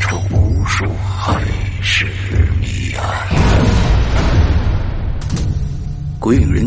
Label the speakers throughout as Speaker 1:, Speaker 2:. Speaker 1: 出无数海市谜案。鬼影人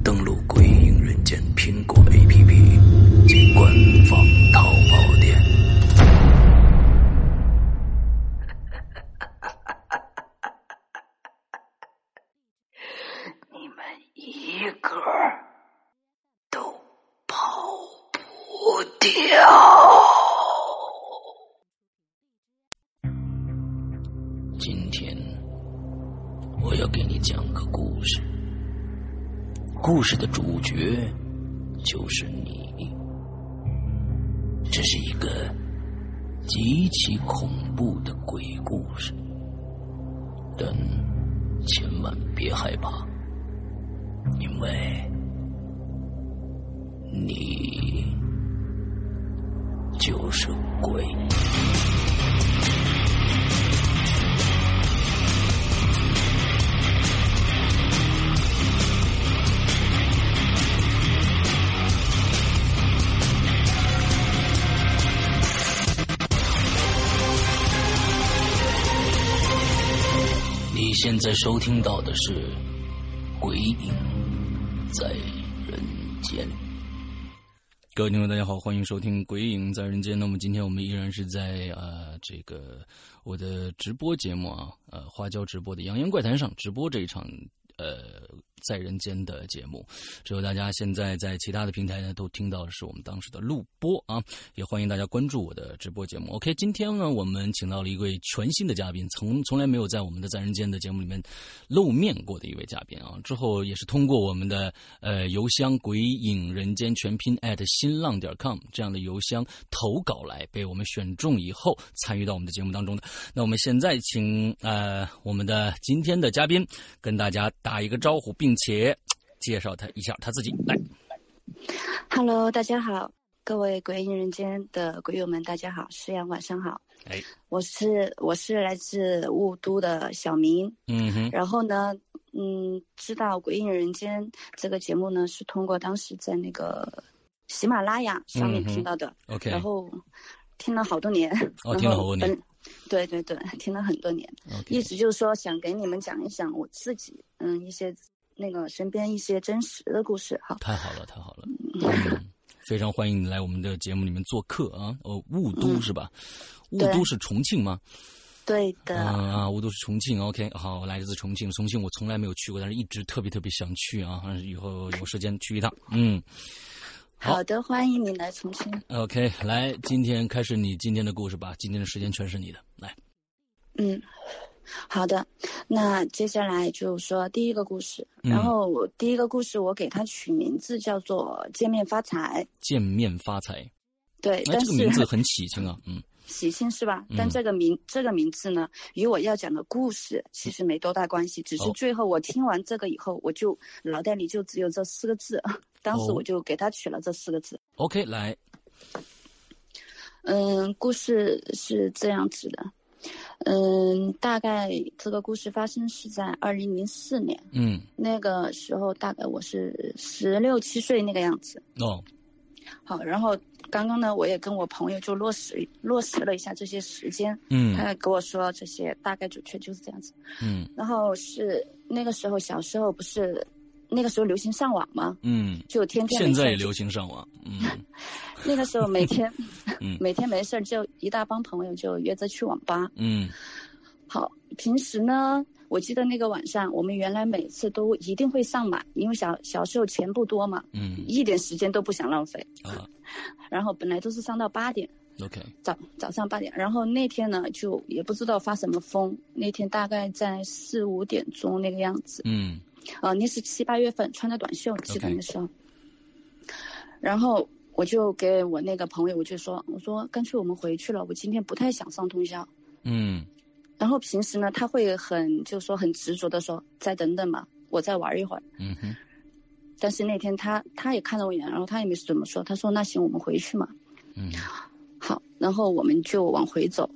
Speaker 1: 登录《鬼影人间》苹果 APP 及官方淘宝店。
Speaker 2: 你们一个都跑不掉。
Speaker 1: 今天我要给你讲个故事，故事的主角就是你。这是一个极其恐怖的鬼故事，但千万别害怕，因为你就是鬼。你现在收听到的是《鬼影在人间》。各位听众，大家好，欢迎收听《鬼影在人间》。那么今天我们依然是在呃这个我的直播节目啊，呃花椒直播的《扬言怪谈》上直播这一场呃在人间的节目。只有大家现在在其他的平台呢都听到的是我们当时的录播啊，也欢迎大家关注我的直播节目。OK，今天呢我们请到了一位全新的嘉宾，从从来没有在我们的在人间的节目里面露面过的一位嘉宾啊。之后也是通过我们的呃邮箱“鬼影人间全拼 ”at 新浪点 com 这样的邮箱投稿来，被我们选中以后参与到我们的节目当中的。那我们现在请呃我们的今天的嘉宾跟大家打一个招呼，并且介绍他一下他自己来。
Speaker 3: Hello，大家好，各位鬼影人间的鬼友们，大家好，思阳晚上好，
Speaker 1: 哎，
Speaker 3: 我是我是来自雾都的小明，
Speaker 1: 嗯哼，
Speaker 3: 然后呢，嗯，知道鬼影人间这个节目呢，是通过当时在那个喜马拉雅上面
Speaker 1: 嗯哼
Speaker 3: 听到的，
Speaker 1: OK，
Speaker 3: 然后听了好多年，
Speaker 1: 哦
Speaker 3: 然
Speaker 1: 听了
Speaker 3: 后
Speaker 1: 好多年
Speaker 3: 本，对对对，听了很多年，
Speaker 1: OK，
Speaker 3: 一直就是说想给你们讲一讲我自己，嗯，一些那个身边一些真实的故事哈，
Speaker 1: 太好了，太好了，嗯非常欢迎你来我们的节目里面做客啊。哦，雾都是吧？雾
Speaker 3: 嗯对
Speaker 1: 都是重庆吗？
Speaker 3: 对
Speaker 1: 嗯
Speaker 3: 的，
Speaker 1: 啊，雾都是重庆。OK，好，我来自重庆，重庆我从来没有去过，但是一直特别特别想去啊，还是以后有时间去一趟。嗯好
Speaker 3: 好的，欢迎你来重庆。
Speaker 1: ，OK，来，今天开始你今天的故事吧，今天的时间全是你的，来，
Speaker 3: 嗯，好的，那接下来就说第一个故事，
Speaker 1: 嗯
Speaker 3: 然后我第一个故事我给它取名字叫做“见面发财
Speaker 1: 见面发财。”，
Speaker 3: 对，
Speaker 1: 哎，
Speaker 3: 但
Speaker 1: 这个
Speaker 3: 是
Speaker 1: 名字很喜庆啊，嗯，
Speaker 3: 喜庆是吧？
Speaker 1: 嗯
Speaker 3: 但这个名、这个名字呢，与我要讲的故事其实没多大关系，只
Speaker 1: 嗯
Speaker 3: 是
Speaker 1: 哦
Speaker 3: 最后我听完这个以后，我就脑袋里就只有这四个字， 当时
Speaker 1: 哦
Speaker 3: 我就给它取了这四个字。
Speaker 1: OK，来，
Speaker 3: 嗯，故事是这样子的，嗯，大概这个故事发生是在二零零四年。
Speaker 1: 嗯，
Speaker 3: 那个时候大概我是十六七岁那个样子。
Speaker 1: 哦，
Speaker 3: 好，然后刚刚呢，我也跟我朋友就落实落实了一下这些时间，
Speaker 1: 嗯
Speaker 3: 他也跟我说这些大概准确就是这样子。
Speaker 1: 嗯
Speaker 3: 然后是那个时候小时候不是那个时候流行上网吗？
Speaker 1: 嗯，
Speaker 3: 就天天
Speaker 1: 现
Speaker 3: 没事
Speaker 1: 在
Speaker 3: 儿
Speaker 1: 也流行上网，嗯
Speaker 3: 那个时候每天、
Speaker 1: 嗯
Speaker 3: 每天没事儿就一大帮朋友就约着去网吧。
Speaker 1: 嗯
Speaker 3: 好，平时呢，我记得那个晚上我们原来每次都一定会上满，因为小小时候钱不多嘛，
Speaker 1: 嗯
Speaker 3: 一点时间都不想浪费。
Speaker 1: 啊，
Speaker 3: 然后本来都是上到八点，
Speaker 1: OK，
Speaker 3: 早早上八点，然后那天呢，就也不知道发什么疯，那天大概在四五点钟那个样子，
Speaker 1: 嗯
Speaker 3: 呃，那是七八月份穿着短袖，基
Speaker 1: OK
Speaker 3: 本的时候。然后我就给我那个朋友，我就说，我说干脆我们回去了，我今天不太想上通宵。
Speaker 1: 嗯
Speaker 3: 然后平时呢，他会很就说很执着的说，再等等吧，我再玩一会儿。
Speaker 1: 嗯哼，
Speaker 3: 但是那天他他也看了我一眼，然后他也没怎么说，他说那行我们回去嘛。
Speaker 1: 嗯
Speaker 3: 好，然后我们就往回走。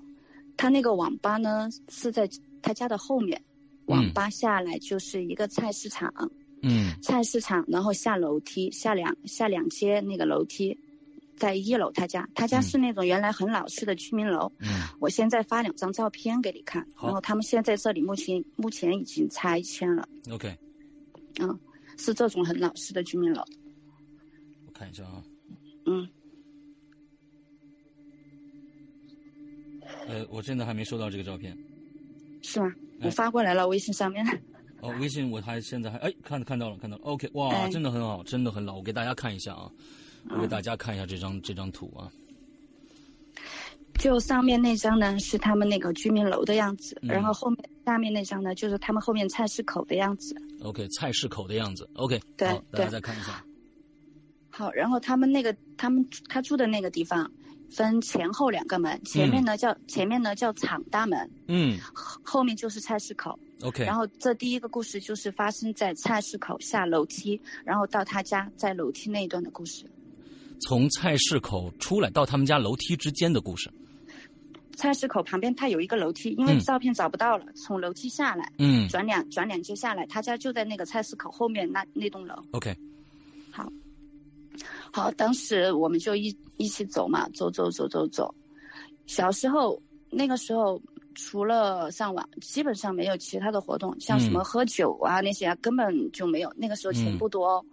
Speaker 3: 他那个网吧呢是在他家的后面，网吧下来就是一个菜市场，
Speaker 1: 嗯
Speaker 3: 菜市场，然后下楼梯，下两下两阶那个楼梯，在一楼他家，他家
Speaker 1: 嗯
Speaker 3: 是那种原来很老式的居民楼。
Speaker 1: 嗯
Speaker 3: 我现在发两张照片给你看，
Speaker 1: 好
Speaker 3: 然后他们现在这里目前目前已经拆迁了，
Speaker 1: ，OK，
Speaker 3: 是这种很老式的居民楼。
Speaker 1: 我看一下啊，
Speaker 3: 嗯，
Speaker 1: 呃，我现在还没收到这个照片。
Speaker 3: 是吗？
Speaker 1: 哎
Speaker 3: 我发过来了，微信上面。
Speaker 1: 哦，微信我还现在还哎看看到了看到了，OK，哇，
Speaker 3: 哎
Speaker 1: 真的很好，真的很老，我给大家看一下啊，我给大家看一下这张这张图啊，
Speaker 3: 就上面那张呢是他们那个居民楼的样子，
Speaker 1: 嗯
Speaker 3: 然后后面下面那张呢就是他们后面菜市口的样子。
Speaker 1: OK，菜市口的样子。OK，
Speaker 3: 对
Speaker 1: 好，大家
Speaker 3: 对
Speaker 1: 再看一下。
Speaker 3: 好，然后他们那个他们他住的那个地方，分前后两个门，前面呢叫、前面呢叫厂大门，
Speaker 1: 嗯
Speaker 3: 后后面就是菜市口。
Speaker 1: ，OK，
Speaker 3: 然后这第一个故事就是发生在菜市口下楼梯，然后到他家在楼梯那一段的故事。
Speaker 1: 从菜市口出来到他们家楼梯之间的故事。
Speaker 3: 菜市口旁边它有一个楼梯，因为
Speaker 1: 嗯
Speaker 3: 照片找不到了，从楼梯下来，
Speaker 1: 嗯
Speaker 3: 转两转两街下来，他家就在那个菜市口后面那那栋楼。
Speaker 1: ，OK，
Speaker 3: 好，当时我们就一一起走嘛，走走走走走。小时候那个时候，除了上网，基本上没有其他的活动，像什么喝酒啊、那些啊，根本就没有。那个时候钱不多、哦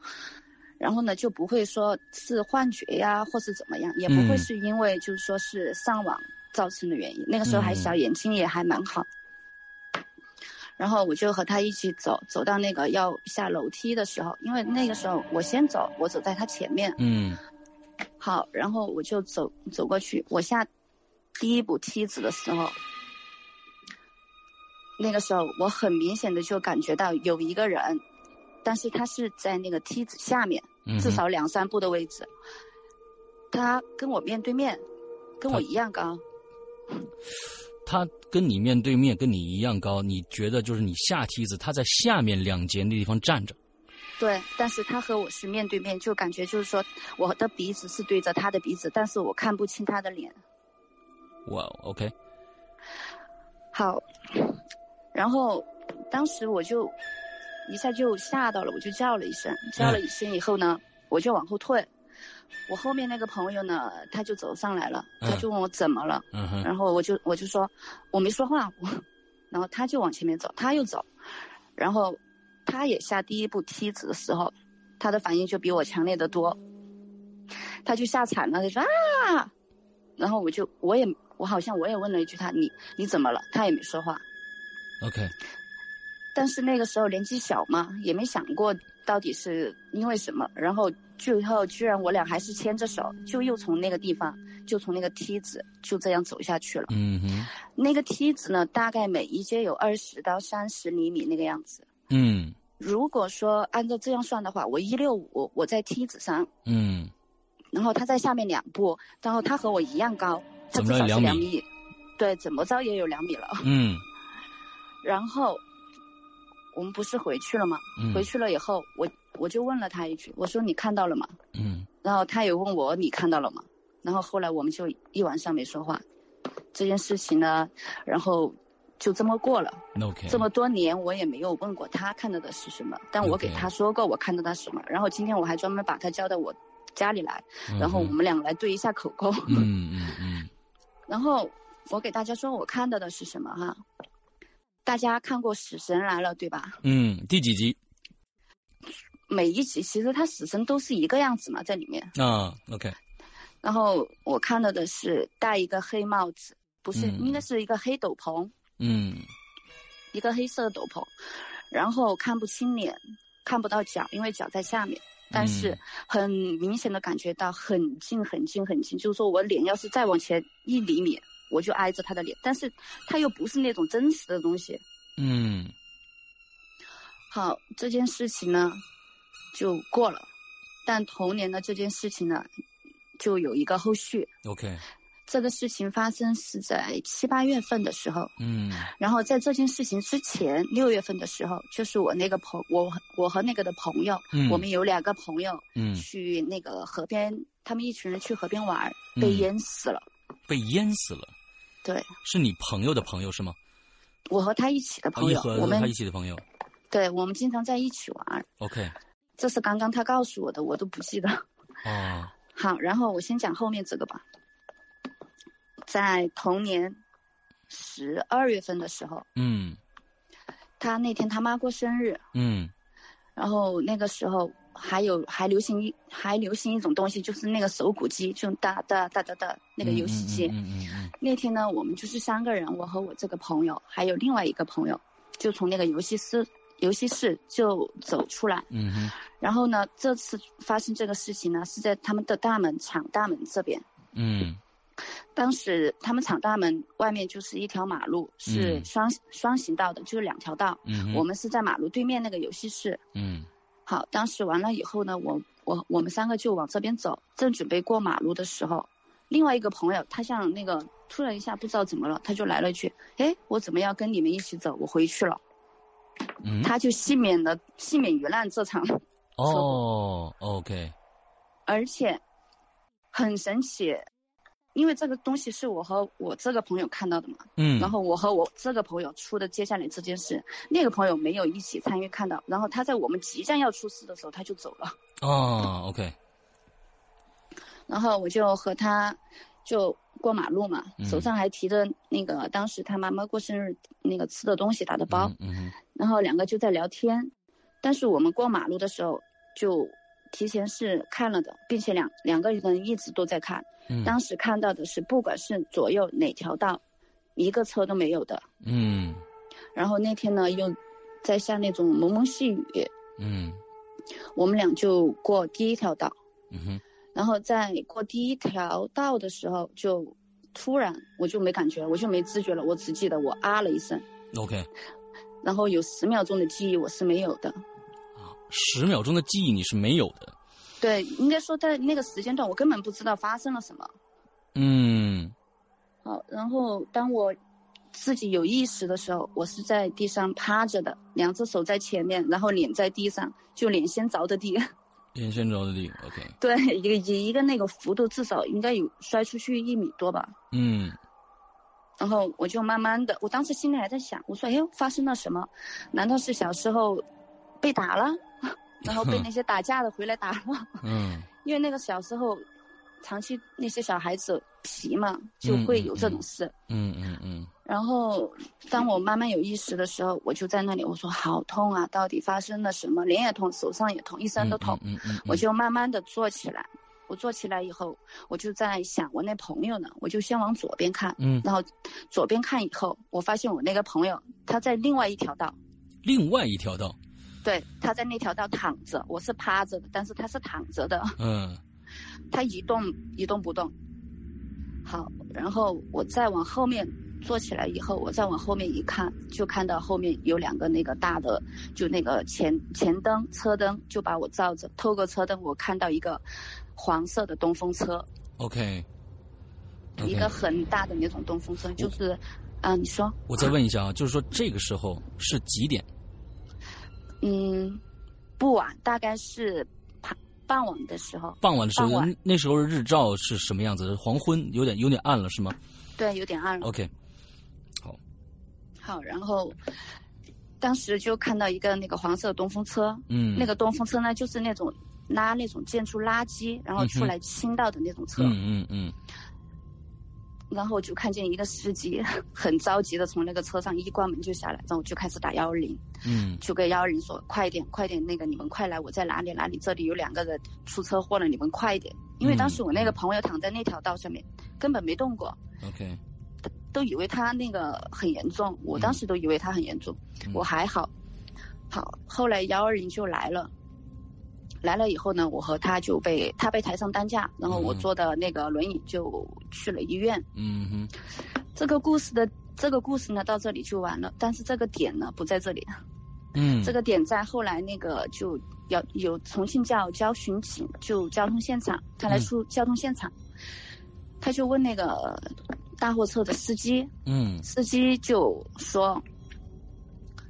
Speaker 3: 然后呢就不会说是幻觉呀、或是怎么样，也不会
Speaker 1: 嗯
Speaker 3: 是因为就是说是上网造成的原因。那个时候还小，眼睛也还蛮好。然后我就和他一起走，走到那个要下楼梯的时候，因为那个时候我先走，我走在他前面，
Speaker 1: 嗯
Speaker 3: 好，然后我就走走过去，我下第一步梯子的时候，那个时候我很明显的就感觉到有一个人，但是他是在那个梯子下面，
Speaker 1: 嗯哼，
Speaker 3: 至少两三步的位置，他跟我面对面，跟我一样高，
Speaker 1: 他跟你面对面，跟你一样高，你觉得就是你下梯子，他在下面两节那地方站着。
Speaker 3: 对，但是他和我是面对面，就感觉就是说我的鼻子是对着他的鼻子，但是我看不清他的脸。
Speaker 1: 哇，OK，
Speaker 3: 好，然后当时我就一下就吓到了，我就叫了一声，叫了一声以后呢，我就往后退。我后面那个朋友呢，他就走上来了，
Speaker 1: 嗯
Speaker 3: 他就问我怎么了，
Speaker 1: 嗯哼，
Speaker 3: 然后我就我就说我没说话，我，然后他就往前面走，他又走，然后他也下第一步梯子的时候，他的反应就比我强烈的多，他就吓惨了，他说啊，然后我就我也我好像我也问了一句他你你怎么了，他也没说话，
Speaker 1: OK，
Speaker 3: 但是那个时候年纪小嘛，也没想过到底是因为什么，然后最后居然我俩还是牵着手，就又从那个地方，就从那个梯子就这样走下去了。
Speaker 1: 嗯哼，
Speaker 3: 那个梯子呢，大概每一阶有二十到三十厘米那个样子。
Speaker 1: 嗯
Speaker 3: 如果说按照这样算的话，我一六五，我在梯子上，
Speaker 1: 嗯，
Speaker 3: 然后他在下面两步，然后他和我一样高，他
Speaker 1: 怎
Speaker 3: 至
Speaker 1: 么着
Speaker 3: 少
Speaker 1: 也
Speaker 3: 是
Speaker 1: 两
Speaker 3: 两
Speaker 1: 米
Speaker 3: 米，对，怎么着也有两米了。
Speaker 1: 嗯
Speaker 3: 然后我们不是回去了吗？
Speaker 1: 嗯，
Speaker 3: 回去了以后，我我就问了他一句，我说你看到了吗？
Speaker 1: 嗯
Speaker 3: 然后他也问我你看到了吗？然后后来我们就一晚上没说话，这件事情呢，然后就这么过了。
Speaker 1: ，OK，
Speaker 3: 这么多年我也没有问过他看到的是什么，但我给
Speaker 1: OK
Speaker 3: 他说过我看到他什么，然后今天我还专门把他叫到我家里来，然后我们两个来对一下口供，
Speaker 1: 嗯嗯嗯
Speaker 3: 然后我给大家说我看到的是什么哈。大家看过《死神来了》对吧？
Speaker 1: 嗯嗯，第几集
Speaker 3: 每一集其实他死神都是一个样子嘛，在里面。
Speaker 1: 啊？OK，
Speaker 3: 然后我看到的是戴一个黑帽子，不是，
Speaker 1: 嗯
Speaker 3: 应该是一个黑斗篷，
Speaker 1: 嗯
Speaker 3: 一个黑色的斗篷，然后看不清脸，看不到脚，因为脚在下面。但是很明显的感觉到很近很近很近，就是说我脸要是再往前一厘米，我就挨着他的脸，但是他又不是那种真实的东西。
Speaker 1: 嗯，
Speaker 3: 好，这件事情呢就过了，但同年的这件事情呢就有一个后续。
Speaker 1: ，OK，
Speaker 3: 这个事情发生是在七八月份的时候，
Speaker 1: 嗯
Speaker 3: 然后在这件事情之前，六月份的时候，就是我那个朋，我和我和那个的朋友，
Speaker 1: 嗯
Speaker 3: 我们有两个朋友
Speaker 1: 嗯，
Speaker 3: 去那个河边，他们一群人去河边玩儿，被
Speaker 1: 嗯
Speaker 3: 淹死了。
Speaker 1: 被淹死了，
Speaker 3: 对
Speaker 1: 是你朋友的朋友是吗？
Speaker 3: 我和他一起的
Speaker 1: 啊
Speaker 3: 朋
Speaker 1: 你
Speaker 3: 友，
Speaker 1: 和
Speaker 3: 我
Speaker 1: 他
Speaker 3: 们
Speaker 1: 一起的朋友
Speaker 3: 对我们经常在一起玩儿。
Speaker 1: ，OK，
Speaker 3: 这是刚刚他告诉我的，我都不记得。
Speaker 1: 哦，
Speaker 3: 好，然后我先讲后面这个吧。在同年十二月份的时候，
Speaker 1: 嗯
Speaker 3: 他那天他妈过生日，
Speaker 1: 嗯
Speaker 3: 然后那个时候还有还流行一还流行一种东西，就是那个手鼓机，就哒哒哒哒哒那个游戏机。
Speaker 1: 嗯嗯嗯
Speaker 3: 那天呢，我们就是三个人，我和我这个朋友，还有另外一个朋友，就从那个游戏室游戏室就走出来。
Speaker 1: 嗯嗯
Speaker 3: 然后呢，这次发生这个事情呢，是在他们的大门厂大门这边。
Speaker 1: 嗯
Speaker 3: 当时他们厂大门外面就是一条马路，是
Speaker 1: 嗯
Speaker 3: 双、双行道的，就是两条道。
Speaker 1: 嗯，
Speaker 3: 我们是在马路对面那个游戏室，
Speaker 1: 嗯
Speaker 3: 好，当时完了以后呢，我我我们三个就往这边走，正准备过马路的时候，另外一个朋友他像那个突然一下不知道怎么了，他就来了一句：“哎，我怎么要跟你们一起走？我回去了。
Speaker 1: 嗯，
Speaker 3: 他就幸免了幸免于难这场，
Speaker 1: 哦，OK，
Speaker 3: 而且很神奇，因为这个东西是我和我这个朋友看到的嘛，
Speaker 1: 嗯，
Speaker 3: 然后我和我这个朋友出的接下来这件事，那个朋友没有一起参与看到，然后他在我们即将要出事的时候他就走了。
Speaker 1: 哦，OK，
Speaker 3: 然后我就和他就过马路嘛，
Speaker 1: 嗯
Speaker 3: 手上还提着那个当时他妈妈过生日那个吃的东西，打的包，
Speaker 1: 嗯
Speaker 3: 然后两个就在聊天。但是我们过马路的时候就提前是看了的，并且两两个人一直都在看。
Speaker 1: 嗯，
Speaker 3: 当时看到的是，不管是左右哪条道，一个车都没有的。
Speaker 1: 嗯
Speaker 3: 然后那天呢，又在下那种蒙蒙细雨，
Speaker 1: 嗯
Speaker 3: 我们俩就过第一条道。
Speaker 1: 嗯哼，
Speaker 3: 然后在过第一条道的时候，就突然我就没感觉，我就没知觉了，我只记得我啊了一声，
Speaker 1: OK，
Speaker 3: 然后有十秒钟的记忆我是没有的。
Speaker 1: 十秒钟的记忆你是没有的，
Speaker 3: 对，应该说在那个时间段，我根本不知道发生了什么。
Speaker 1: 嗯
Speaker 3: 好，然后当我自己有意识的时候，我是在地上趴着的，两只手在前面，然后脸在地上，就脸先着的地。
Speaker 1: 眼先着的地，OK，
Speaker 3: 对，一个以一个那个幅度，至少应该有摔出去一米多吧。
Speaker 1: 嗯
Speaker 3: 然后我就慢慢的，我当时心里还在想，我说，哎呦，发生了什么？难道是小时候被打了， 然后被那些打架的回来打了？
Speaker 1: 嗯
Speaker 3: 因为那个小时候，长期那些小孩子皮嘛，就会有这种事。
Speaker 1: 嗯嗯嗯
Speaker 3: 然后，当我慢慢有意识的时候，我就在那里，我说好痛啊！到底发生了什么？脸也痛，手上也痛，一身都痛。
Speaker 1: 嗯嗯，
Speaker 3: 我就慢慢的坐起来。我坐起来以后，我就在想我那朋友呢，我就先往左边看，
Speaker 1: 嗯
Speaker 3: 然后左边看以后，我发现我那个朋友他在另外一条道，
Speaker 1: 另外一条道，
Speaker 3: 对，他在那条道躺着，我是趴着的，但是他是躺着的，
Speaker 1: 嗯
Speaker 3: 他一动一动不动。好，然后我再往后面坐起来以后，我再往后面一看，就看到后面有两个那个大的，就那个前前灯车灯就把我照着，透过车灯我看到一个黄色的东风车，
Speaker 1: ，OK，
Speaker 3: 一个很大的那种东风车，就是，啊，你说，
Speaker 1: 我再问一下啊，就是说这个时候是几点？
Speaker 3: 嗯，不晚，大概是傍傍晚的时候，
Speaker 1: 傍晚的时候
Speaker 3: 傍晚，
Speaker 1: 那时候日照是什么样子？黄昏有点有点暗了是吗
Speaker 3: 对，有点暗了。
Speaker 1: ？OK，
Speaker 3: 好，然后当时就看到一个那个黄色的东风车，
Speaker 1: 嗯，
Speaker 3: 那个东风车呢，就是那种拉那种建筑垃圾，然后出来倾倒的那种车。
Speaker 1: 嗯嗯嗯嗯
Speaker 3: 然后我就看见一个司机很着急的从那个车上一关门就下来，然后我就开始打幺二零，
Speaker 1: 嗯
Speaker 3: 就跟幺二零说：“快点，快点，那个你们快来，我在哪里哪里，这里有两个人出车祸了，你们快一点。”
Speaker 1: 嗯
Speaker 3: 因为当时我那个朋友躺在那条道上面，根本没动过，
Speaker 1: ，OK，
Speaker 3: 都以为他那个很严重，我当时都以为他很严重，
Speaker 1: 嗯
Speaker 3: 我还好。好，后来幺二零就来了，来了以后呢，我和他就被他被抬上担架，然后我
Speaker 1: 嗯
Speaker 3: 坐的那个轮椅就去了医院。
Speaker 1: 嗯哼，
Speaker 3: 这个故事的这个故事呢，到这里就完了。但是这个点呢，不在这里，
Speaker 1: 嗯，
Speaker 3: 这个点在后来那个就要有重庆叫交巡警，就交通现场，他来
Speaker 1: 嗯
Speaker 3: 出交通现场，他就问那个大货车的司机，
Speaker 1: 嗯
Speaker 3: 司机就说，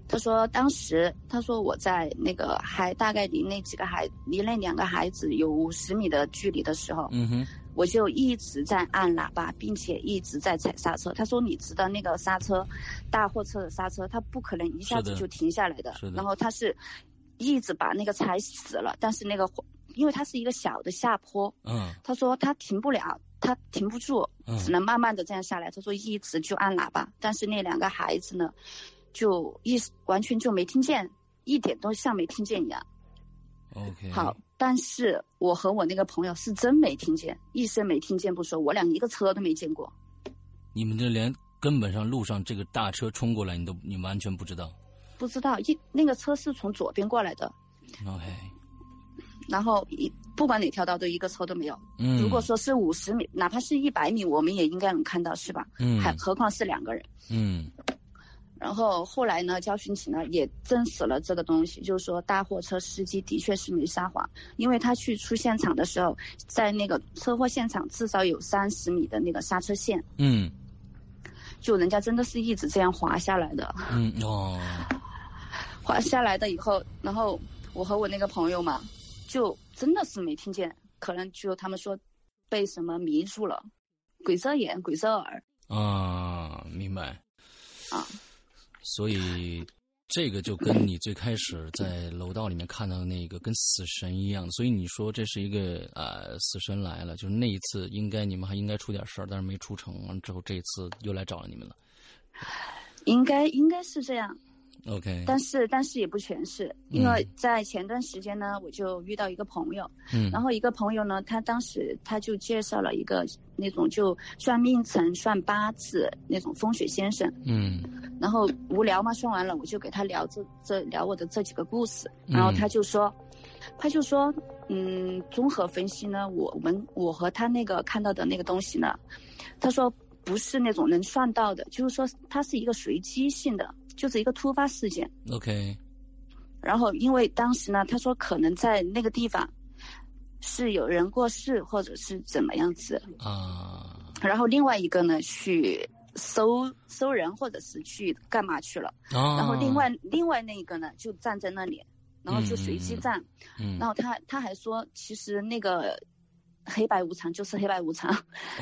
Speaker 3: 他说当时他说我在那个还大概离那几个孩离那两个孩子有五十米的距离的时候，
Speaker 1: 嗯哼，
Speaker 3: 我就一直在按喇叭，并且一直在踩刹车。他说你知道那个刹车，大货车的刹车，它不可能一下
Speaker 1: 是
Speaker 3: 子
Speaker 1: 的
Speaker 3: 就停下来的。
Speaker 1: 是的
Speaker 3: 然后他是一直把那个踩死了，但是那个因为它是一个小的下坡，
Speaker 1: 嗯
Speaker 3: 他说他停不了，他停不住，
Speaker 1: 嗯
Speaker 3: 只能慢慢的这样下来。他说一直就按喇叭，但是那两个孩子呢，就一完全就没听见，一点都像没听见一样。
Speaker 1: 嗯，OK，
Speaker 3: 好，，但是我和我那个朋友是真没听见，一声没听见不说，我俩一个车都没见过。
Speaker 1: 你们这连根本上路上这个大车冲过来，你都你完全不知道
Speaker 3: 不知道一那个车是从左边过来的，
Speaker 1: ，OK，
Speaker 3: 然后一不管哪条道都一个车都没有。
Speaker 1: 嗯，
Speaker 3: 如果说是五十米，哪怕是一百米，我们也应该能看到，是吧？
Speaker 1: 嗯
Speaker 3: 还何况是两个人。
Speaker 1: 嗯
Speaker 3: 然后后来呢，交巡警呢也证实了这个东西，就是说大货车司机的确是没撒谎，因为他去出现场的时候，在那个车祸现场至少有三十米的那个刹车线，
Speaker 1: 嗯
Speaker 3: 就人家真的是一直这样滑下来的，
Speaker 1: 嗯哦，
Speaker 3: 滑下来的以后，然后我和我那个朋友嘛，就真的是没听见，可能就他们说被什么迷住了，鬼遮眼、鬼遮耳，
Speaker 1: 啊，明白
Speaker 3: 啊。
Speaker 1: 所以这个就跟你最开始在楼道里面看到的那个跟死神一样，所以你说这是一个呃死神来了，就是那一次应该你们还应该出点事儿，但是没出成，完了之后这一次又来找了你们了。
Speaker 3: 应该应该是这样，
Speaker 1: OK，
Speaker 3: 但是但是也不全是，
Speaker 1: 嗯
Speaker 3: 因为在前段时间呢，我就遇到一个朋友，
Speaker 1: 嗯，
Speaker 3: 然后一个朋友呢，他当时他就介绍了一个那种就算命辰、算八字那种风水先生，
Speaker 1: 嗯
Speaker 3: 然后无聊嘛，算完了我就给他聊这这聊我的这几个故事，
Speaker 1: 嗯
Speaker 3: 然后他就说，他就说，嗯，综合分析呢，我们我和他那个看到的那个东西呢，他说不是那种能算到的，就是说它是一个随机性的，就是一个突发事件。
Speaker 1: ，OK，
Speaker 3: 然后因为当时呢，他说可能在那个地方是有人过世或者是怎么样子，
Speaker 1: 啊
Speaker 3: 然后另外一个呢去搜搜人或者是去干嘛去了。
Speaker 1: 啊，
Speaker 3: 然
Speaker 1: 然
Speaker 3: 后另外另外那一个呢就站在那里，然后就随机
Speaker 1: 嗯
Speaker 3: 站。
Speaker 1: 嗯，
Speaker 3: 然后他他还说，其实那个黑白无常就是黑白无常。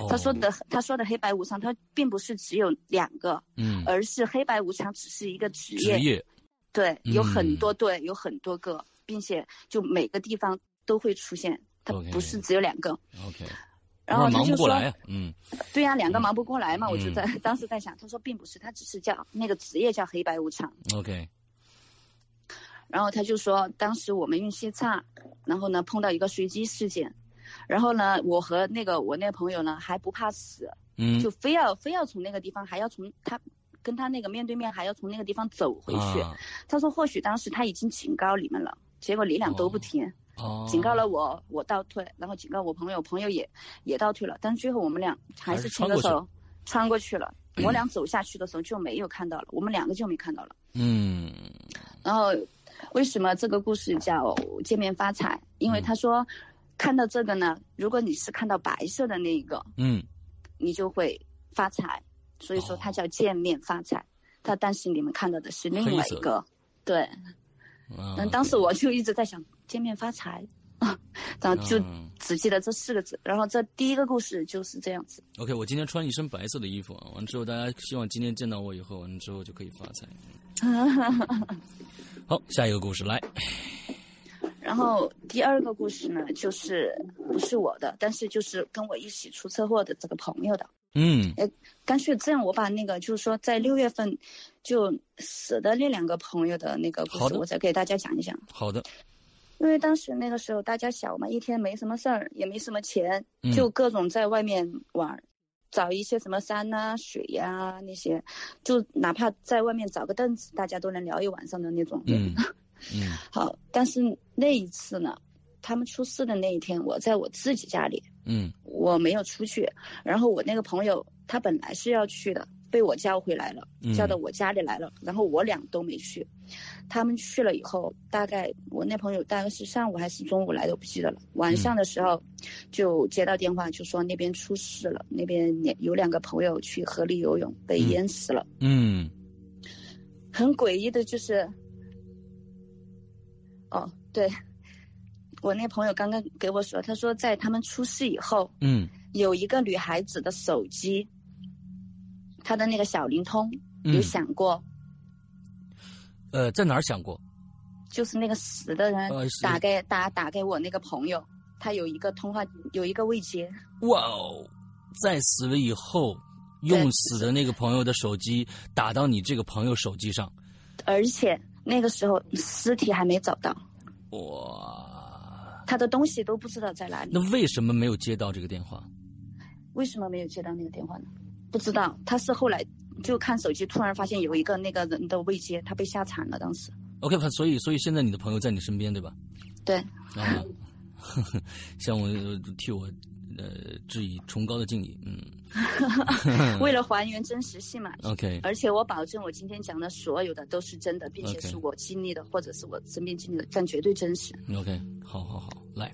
Speaker 3: 他说
Speaker 1: 哦
Speaker 3: 的他说的黑白无常，他并不是只有两个，
Speaker 1: 嗯
Speaker 3: 而是黑白无常只是一个职业，
Speaker 1: 职业
Speaker 3: 对，有很
Speaker 1: 嗯
Speaker 3: 多对，有很多个，并且就每个地方都会出现，它
Speaker 1: OK
Speaker 3: 不是只有两个。
Speaker 1: OK，
Speaker 3: 然后
Speaker 1: 不
Speaker 3: 他
Speaker 1: 忙
Speaker 3: 就
Speaker 1: 不过
Speaker 3: 说，
Speaker 1: 来啊，嗯
Speaker 3: 对呀、两个忙不过来嘛，我就
Speaker 1: 嗯
Speaker 3: 在 当时在想，他说并不是，他只是叫那个职业叫黑白无常。
Speaker 1: ，OK，
Speaker 3: 然后他就说，当时我们运气差，然后呢碰到一个随机事件，然后呢我和那个我那个朋友呢还不怕死，
Speaker 1: 嗯，
Speaker 3: 就非要非要从那个地方还要从他跟他那个面对面还要从那个地方走回去。
Speaker 1: 啊
Speaker 3: 他说或许当时他已经警告你们了，结果你俩都不听，
Speaker 1: 哦，
Speaker 3: 警告了我，我倒退，然后警告我朋友，朋友也也倒退了，但最后我们俩还
Speaker 1: 还是
Speaker 3: 是牵
Speaker 1: 穿
Speaker 3: 着
Speaker 1: 过去
Speaker 3: 手穿过去了。嗯我俩走下去的时候就没有看到了，我们两个就没看到了。
Speaker 1: 嗯
Speaker 3: 然后，为什么这个故事叫见面发财？因为他说，看到这个呢，如果你是看到白色的那一个，
Speaker 1: 嗯
Speaker 3: 你就会发财，所以说
Speaker 1: 哦
Speaker 3: 它叫见面发财。它但是你们看到的是另
Speaker 1: 黑
Speaker 3: 外
Speaker 1: 色
Speaker 3: 一
Speaker 1: 的
Speaker 3: 个，对。
Speaker 1: 啊
Speaker 3: 嗯，当时我就一直在想见面发财，啊然后就
Speaker 1: 嗯
Speaker 3: 只记得这四个字。然后这第一个故事就是这 样子。
Speaker 1: OK，我今天穿一身白色的衣服啊，完之后大家希望今天见到我以后，完之后就可以发财。好，下一个故事来，
Speaker 3: 然后第二个故事呢，就是不是我的，但是就是跟我一起出车祸的这个朋友的。
Speaker 1: 嗯
Speaker 3: 呃干脆这样，我把那个就是说在六月份就死的那两个朋友的那个故
Speaker 1: 好
Speaker 3: 事，
Speaker 1: 的
Speaker 3: 我再给大家讲一讲。
Speaker 1: 好的，
Speaker 3: 因为当时那个时候大家小嘛，一天没什么事儿，也没什么钱，
Speaker 1: 嗯
Speaker 3: 就各种在外面玩儿，找一些什么山呐、水呀、啊那些，就哪怕在外面找个凳
Speaker 1: 嗯
Speaker 3: 子，大家都能聊一晚上的那种。
Speaker 1: 嗯嗯
Speaker 3: 好，但是那一次呢，他们出事的那一天，我在我自己家里，
Speaker 1: 嗯
Speaker 3: 我没有出去。然后我那个朋友他本来是要去的，被我叫回来了，
Speaker 1: 嗯
Speaker 3: 叫到我家里来了。然后我俩都没去，他们去了以后，大概我那朋友大概是上午还是中午来的，我不记得了。晚上的时候就接到电话，就说那边出事了，那边两有两个朋友去河里游泳被
Speaker 1: 嗯
Speaker 3: 淹死了。
Speaker 1: 嗯
Speaker 3: 很诡异的就是，哦，对，我那朋友刚刚给我说，他说在他们出事以后，
Speaker 1: 嗯
Speaker 3: 有一个女孩子的手机，她的那个小灵通有
Speaker 1: 嗯，
Speaker 3: 响过，
Speaker 1: 呃，在哪儿想过？
Speaker 3: 就是那个死的人
Speaker 1: 呃是
Speaker 3: 打给打打给我那个朋友，他有一个通话有一个未接，
Speaker 1: 哇哦，在死了以后，用死的那个朋友的手机打到你这个朋友手机上，
Speaker 3: 而且那个时候尸体还没找到，
Speaker 1: 哇！
Speaker 3: 他的东西都不知道在哪里。
Speaker 1: 那为什么没有接到这个电话？
Speaker 3: 为什么没有接到那个电话呢？不知道，他是后来就看手机，突然发现有一个那个人的未接，他被吓惨了。当时，
Speaker 1: OK，反所以所以现在你的朋友在你身边对吧？
Speaker 3: 对，
Speaker 1: 啊， 呵呵向我替我呃致以崇高的敬意。嗯
Speaker 3: 为了还原真实性嘛。
Speaker 1: ，OK，
Speaker 3: 而且我保证，我今天讲的所有的都是真的，并且
Speaker 1: OK
Speaker 3: 是我经历的，或者是我身边经历的，但绝对真实。
Speaker 1: OK，好好好，来，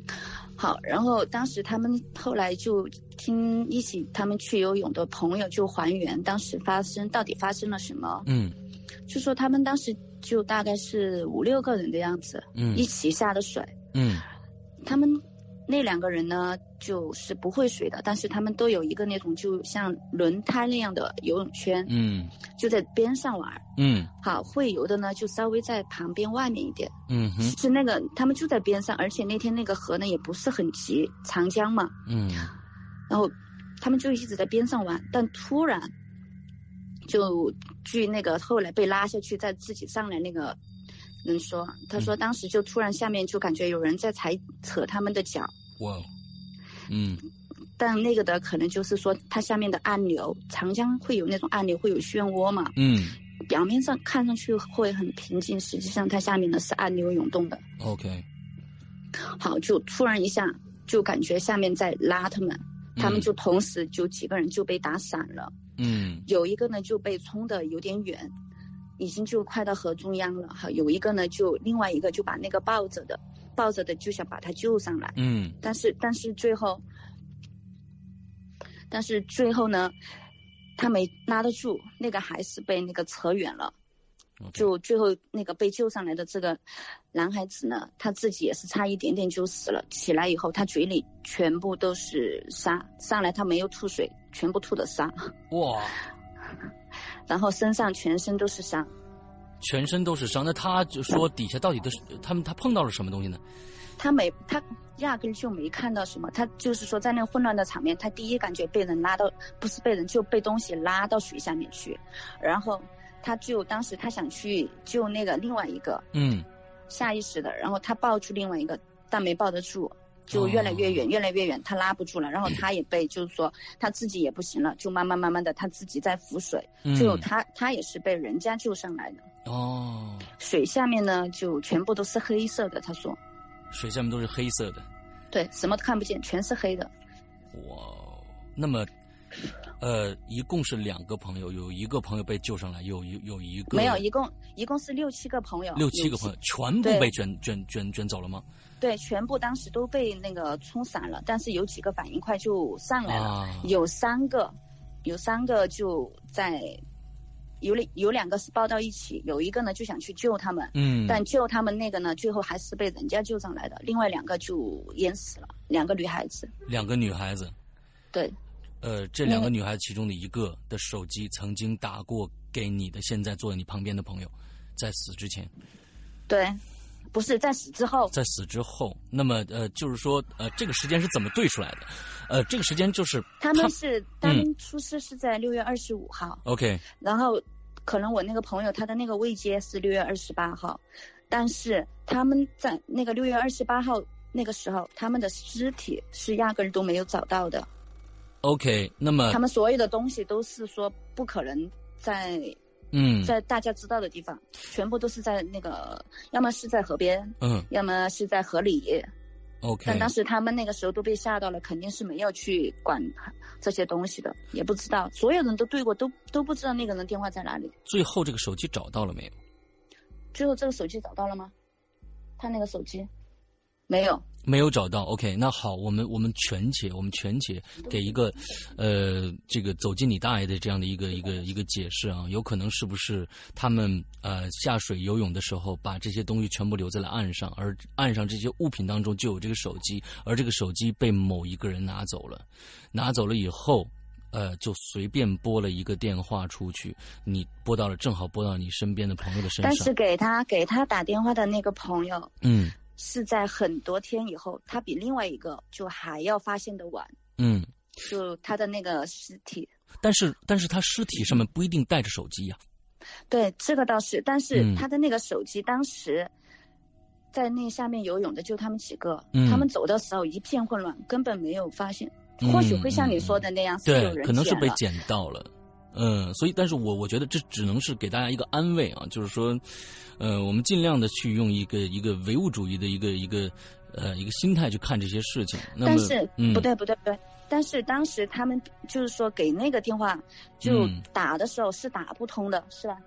Speaker 3: 好，然后当时他们后来就听一起他们去游泳的朋友就还原当时发生到底发生了什么，
Speaker 1: 嗯
Speaker 3: 就说他们当时就大概是五六个人的样子，
Speaker 1: 嗯
Speaker 3: 一起下的水。
Speaker 1: 嗯
Speaker 3: 他们那两个人呢，就是不会水的，但是他们都有一个那种就像轮胎那样的游泳圈，
Speaker 1: 嗯
Speaker 3: 就在边上玩儿。
Speaker 1: 嗯
Speaker 3: 好，会游的呢就稍微在旁边外面一点，
Speaker 1: 嗯哼
Speaker 3: 是那个他们就在边上，而且那天那个河呢也不是很急，长江嘛，
Speaker 1: 嗯
Speaker 3: 然后他们就一直在边上玩，但突然就据那个后来被拉下去再自己上来那个人说，他
Speaker 1: 嗯
Speaker 3: 说当时就突然下面就感觉有人在踩扯他们的脚，
Speaker 1: 哇哦，嗯
Speaker 3: 但那个的可能就是说，它下面的暗流，长江会有那种暗流，会有漩涡嘛。
Speaker 1: 嗯
Speaker 3: 表面上看上去会很平静，实际上它下面呢是暗流涌动的。
Speaker 1: ，OK，
Speaker 3: 好，就突然一下就感觉下面在拉他们，他们就同时就几个人就被打散了，
Speaker 1: 嗯
Speaker 3: 有一个呢就被冲的有点远，已经就快到河中央了。好，有一个呢就另外一个就把那个抱着的抱着的就想把他救上来。
Speaker 1: 嗯
Speaker 3: 但是但是最后，但是最后呢，他没拉得住，那个还是被那个扯远了。
Speaker 1: ，OK，
Speaker 3: 就最后那个被救上来的这个男孩子呢，他自己也是差一点点就死了。起来以后，他嘴里全部都是沙，上来他没有吐水，全部吐的沙，
Speaker 1: 哇，
Speaker 3: 然后身上全身都是沙。
Speaker 1: 全身都是伤。那他就说底下到底都是他们他碰到了什么东西呢？
Speaker 3: 他没他压根就没看到什么，他就是说在那混乱的场面，他第一感觉被人拉到，不是被人就被东西拉到水下面去，然后他就当时他想去救那个另外一个，
Speaker 1: 嗯
Speaker 3: 下意识的，然后他抱住另外一个，但没抱得住。就越来越远，越来越远，他拉不住了，然后他也被，就是说他自己也不行了，就慢慢慢慢的他自己在浮水，
Speaker 1: 嗯，
Speaker 3: 就他他也是被人家救上来的，
Speaker 1: 哦，
Speaker 3: 水下面呢就全部都是黑色的，他说，
Speaker 1: 水下面都是黑色的，
Speaker 3: 对，什么都看不见，全是黑的，
Speaker 1: 哇哦，那么。呃，一共是两个朋友，有一个朋友被救上来，有一有一个
Speaker 3: 没有，一共一共是六七个朋友，
Speaker 1: 嗯六七个朋
Speaker 3: 友，
Speaker 1: 友全部
Speaker 3: 对
Speaker 1: 被卷卷卷卷走了吗？
Speaker 3: 对，全部当时都被那个冲散了，但是有几个反应快就上来了，
Speaker 1: 啊，
Speaker 3: 有三个，有三个就在，有两有两个是抱到一起，有一个呢就想去救他们，
Speaker 1: 嗯，
Speaker 3: 但救他们那个呢，最后还是被人家救上来的，另外两个就淹死了，两个女孩子，
Speaker 1: 两个女孩子，
Speaker 3: 对，
Speaker 1: 呃，这两个女孩子其中的一个的手机曾经打过给你的，现在坐在你旁边的朋友，在死之前，
Speaker 3: 对，不是在死之后，
Speaker 1: 在死之后，那么呃，就是说呃，这个时间是怎么对出来的？呃，这个时间就是
Speaker 3: 他们是他
Speaker 1: 嗯
Speaker 3: 们出事是在六月二十五号。
Speaker 1: OK，
Speaker 3: 然后可能我那个朋友他的那个未接是六月二十八号，但是他们在那个六月二十八号那个时候，他们的尸体是压根儿都没有找到的，
Speaker 1: OK，那么
Speaker 3: 他们所有的东西都是说不可能在
Speaker 1: 嗯
Speaker 3: 在大家知道的地方，全部都是在那个要么是在河边，
Speaker 1: 嗯
Speaker 3: 要么是在河里，
Speaker 1: OK，
Speaker 3: 但当时他们那个时候都被吓到了，肯定是没有去管这些东西的，也不知道，所有人都对过，都都不知道那个人电话在哪里。
Speaker 1: 最后这个手机找到了没有？
Speaker 3: 最后这个手机找到了吗？他那个手机没有，
Speaker 1: 没有找到。OK，那好，我们我们全且我们全且给一个，呃，这个走进你大爷的这样的一个一个一个解释啊，有可能是不是他们呃下水游泳的时候把这些东西全部留在了岸上，而岸上这些物品当中就有这个手机，而这个手机被某一个人拿走了，拿走了以后。呃，就随便拨了一个电话出去，你拨到了，正好拨到你身边的朋友的身上。
Speaker 3: 但是给他给他打电话的那个朋友
Speaker 1: 嗯
Speaker 3: 是在很多天以后，他比另外一个就还要发现的晚，
Speaker 1: 嗯，
Speaker 3: 就他的那个尸体。
Speaker 1: 但是但是他尸体上面不一定带着手机呀、
Speaker 3: 对，这个倒是，但是
Speaker 1: 嗯
Speaker 3: 他的那个手机当时在那下面游泳的就他们几个，
Speaker 1: 嗯
Speaker 3: 他们走的时候一片混乱，根本没有发现。或许
Speaker 1: 嗯
Speaker 3: 会像你说的那样，是有
Speaker 1: 对，
Speaker 3: 人
Speaker 1: 可能是
Speaker 3: 捡
Speaker 1: 被
Speaker 3: 了
Speaker 1: 捡到了。嗯，所以，但是我我觉得这只能是给大家一个安慰啊，就是说，呃，我们尽量的去用一个一个唯物主义的一个一个呃一个心态去看这些事情。那么
Speaker 3: 但是、
Speaker 1: 嗯、
Speaker 3: 不对不对不对，但是当时他们就是说给那个电话就
Speaker 1: 嗯
Speaker 3: 打的时候是打不通的，是吧？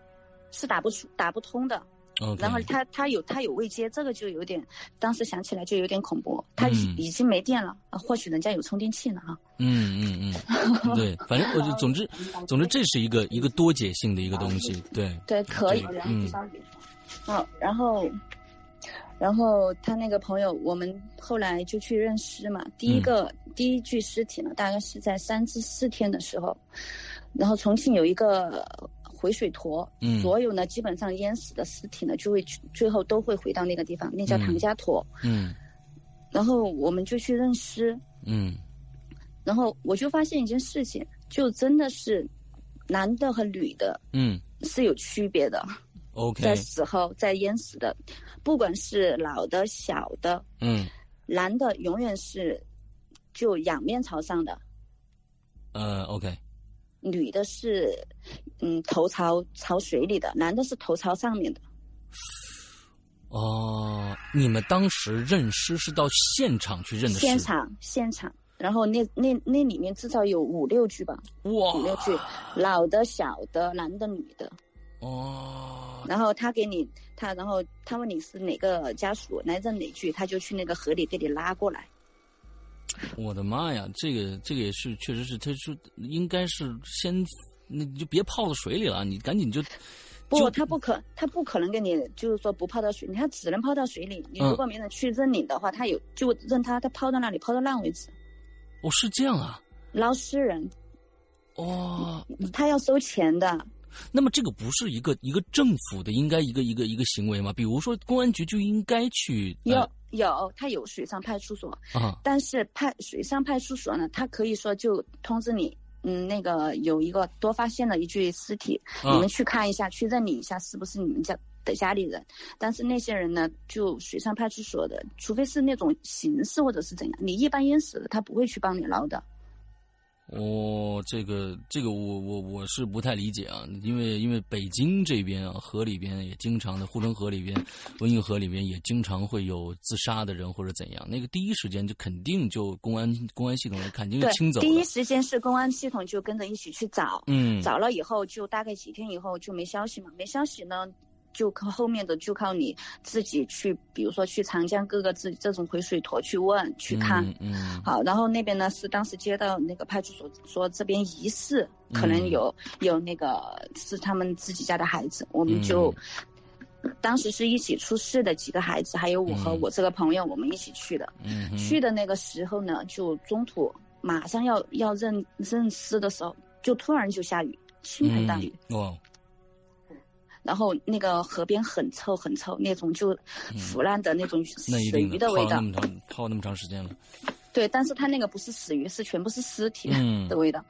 Speaker 3: 是打不出打不通的。
Speaker 1: ，OK，
Speaker 3: 然后他他有他有未接，这个就有点，当时想起来就有点恐怖。他
Speaker 1: 嗯
Speaker 3: 已已经没电了，啊或许人家有充电器呢啊。
Speaker 1: 嗯嗯嗯，对，反正我就总之总之这是一个一个多解性的一个东西，对，
Speaker 3: 对，可以
Speaker 1: 这个。嗯
Speaker 3: 啊，然后，然后他那个朋友，我们后来就去认尸嘛。第一
Speaker 1: 嗯
Speaker 3: 个、第一具尸体呢，大概是在三至四天的时候，然后重庆有一个回水坨，
Speaker 1: 嗯
Speaker 3: 所有呢基本上淹死的尸体呢，就会去最后都会回到那个地方，那叫
Speaker 1: 嗯
Speaker 3: 唐家坨。
Speaker 1: 嗯
Speaker 3: 然后我们就去认尸，
Speaker 1: 嗯
Speaker 3: 然后我就发现一件事情，就真的是男的和女的
Speaker 1: 嗯
Speaker 3: 是有区别的。
Speaker 1: ，OK，
Speaker 3: 在死后在淹死的，不管是老的、小的，
Speaker 1: 嗯
Speaker 3: 男的永远是就仰面朝上的，
Speaker 1: 呃，OK，
Speaker 3: 女的是嗯头朝朝水里的，男的是头朝上面的。
Speaker 1: 哦，你们当时认尸是到现场去认的尸，
Speaker 3: 现场现场，然后那那那里面至少有五六具吧，五六
Speaker 1: 哇，
Speaker 3: 具，老的、小的、男的、女的。
Speaker 1: 哦，
Speaker 3: 然后他给你他，然后他问你是哪个家属来认哪具，他就去那个河里给你拉过来。
Speaker 1: 我的妈呀，这个这个也是，确实是，他是应该是先，那你就别泡到水里了，你赶紧就，
Speaker 3: 不，
Speaker 1: 就
Speaker 3: 他不可，他不可能给你，就是说不泡到水里，他只能泡到水里。你
Speaker 1: 嗯
Speaker 3: 如果没人去认领的话，他有就认他，他泡到那里，泡到烂为止，
Speaker 1: 哦，是这样啊，
Speaker 3: 捞尸人，
Speaker 1: 哦，
Speaker 3: 他要收钱的。
Speaker 1: 那么这个不是一个一个政府的应该一个一个一个行为吗？比如说公安局就应该去
Speaker 3: 有、
Speaker 1: 呃
Speaker 3: 有，他有水上派出所，
Speaker 1: 啊，
Speaker 3: 但是派水上派出所呢，他可以说就通知你，嗯，那个有一个多发现了一具尸体，
Speaker 1: 啊
Speaker 3: 你们去看一下，去认领一下是不是你们家的家里人。但是那些人呢，就水上派出所的，除非是那种刑事或者是怎样，你一般淹死了，他不会去帮你捞的。
Speaker 1: 哦，这个这个我我我是不太理解啊，因为因为北京这边啊，河里边也经常的护城河里边、温沂河里边也经常会有自杀的人或者怎样，那个第一时间就肯定就公安公安系统肯定就
Speaker 3: 对，
Speaker 1: 清走
Speaker 3: 第一
Speaker 1: 了，
Speaker 3: 时间是公安系统就跟着一起去找，
Speaker 1: 嗯，
Speaker 3: 找了以后就大概几天以后就没消息嘛，没消息呢。就靠后面的就靠你自己去，比如说去长江各个自这种回水坨去问去看，
Speaker 1: 嗯嗯
Speaker 3: 好，然后那边呢是当时接到那个派出所说这边疑似可能有、
Speaker 1: 嗯
Speaker 3: 有那个是他们自己家的孩子，我们就、当时是一起出事的几个孩子，还有我和
Speaker 1: 嗯
Speaker 3: 我这个朋友，我们一起去的。
Speaker 1: 嗯哼，
Speaker 3: 去的那个时候呢，就中途马上要要认认尸的时候，就突然就下雨，倾盆大雨，
Speaker 1: 嗯哇，
Speaker 3: 然后那个河边很臭很臭，那种就腐烂的那种
Speaker 1: 嗯
Speaker 3: 死
Speaker 1: 那一定
Speaker 3: 鱼的味
Speaker 1: 泡那
Speaker 3: 道。
Speaker 1: 么长泡那么长时间 了，
Speaker 3: 对，但是它那个不是死鱼，是全部是尸体
Speaker 1: 嗯
Speaker 3: 的味道。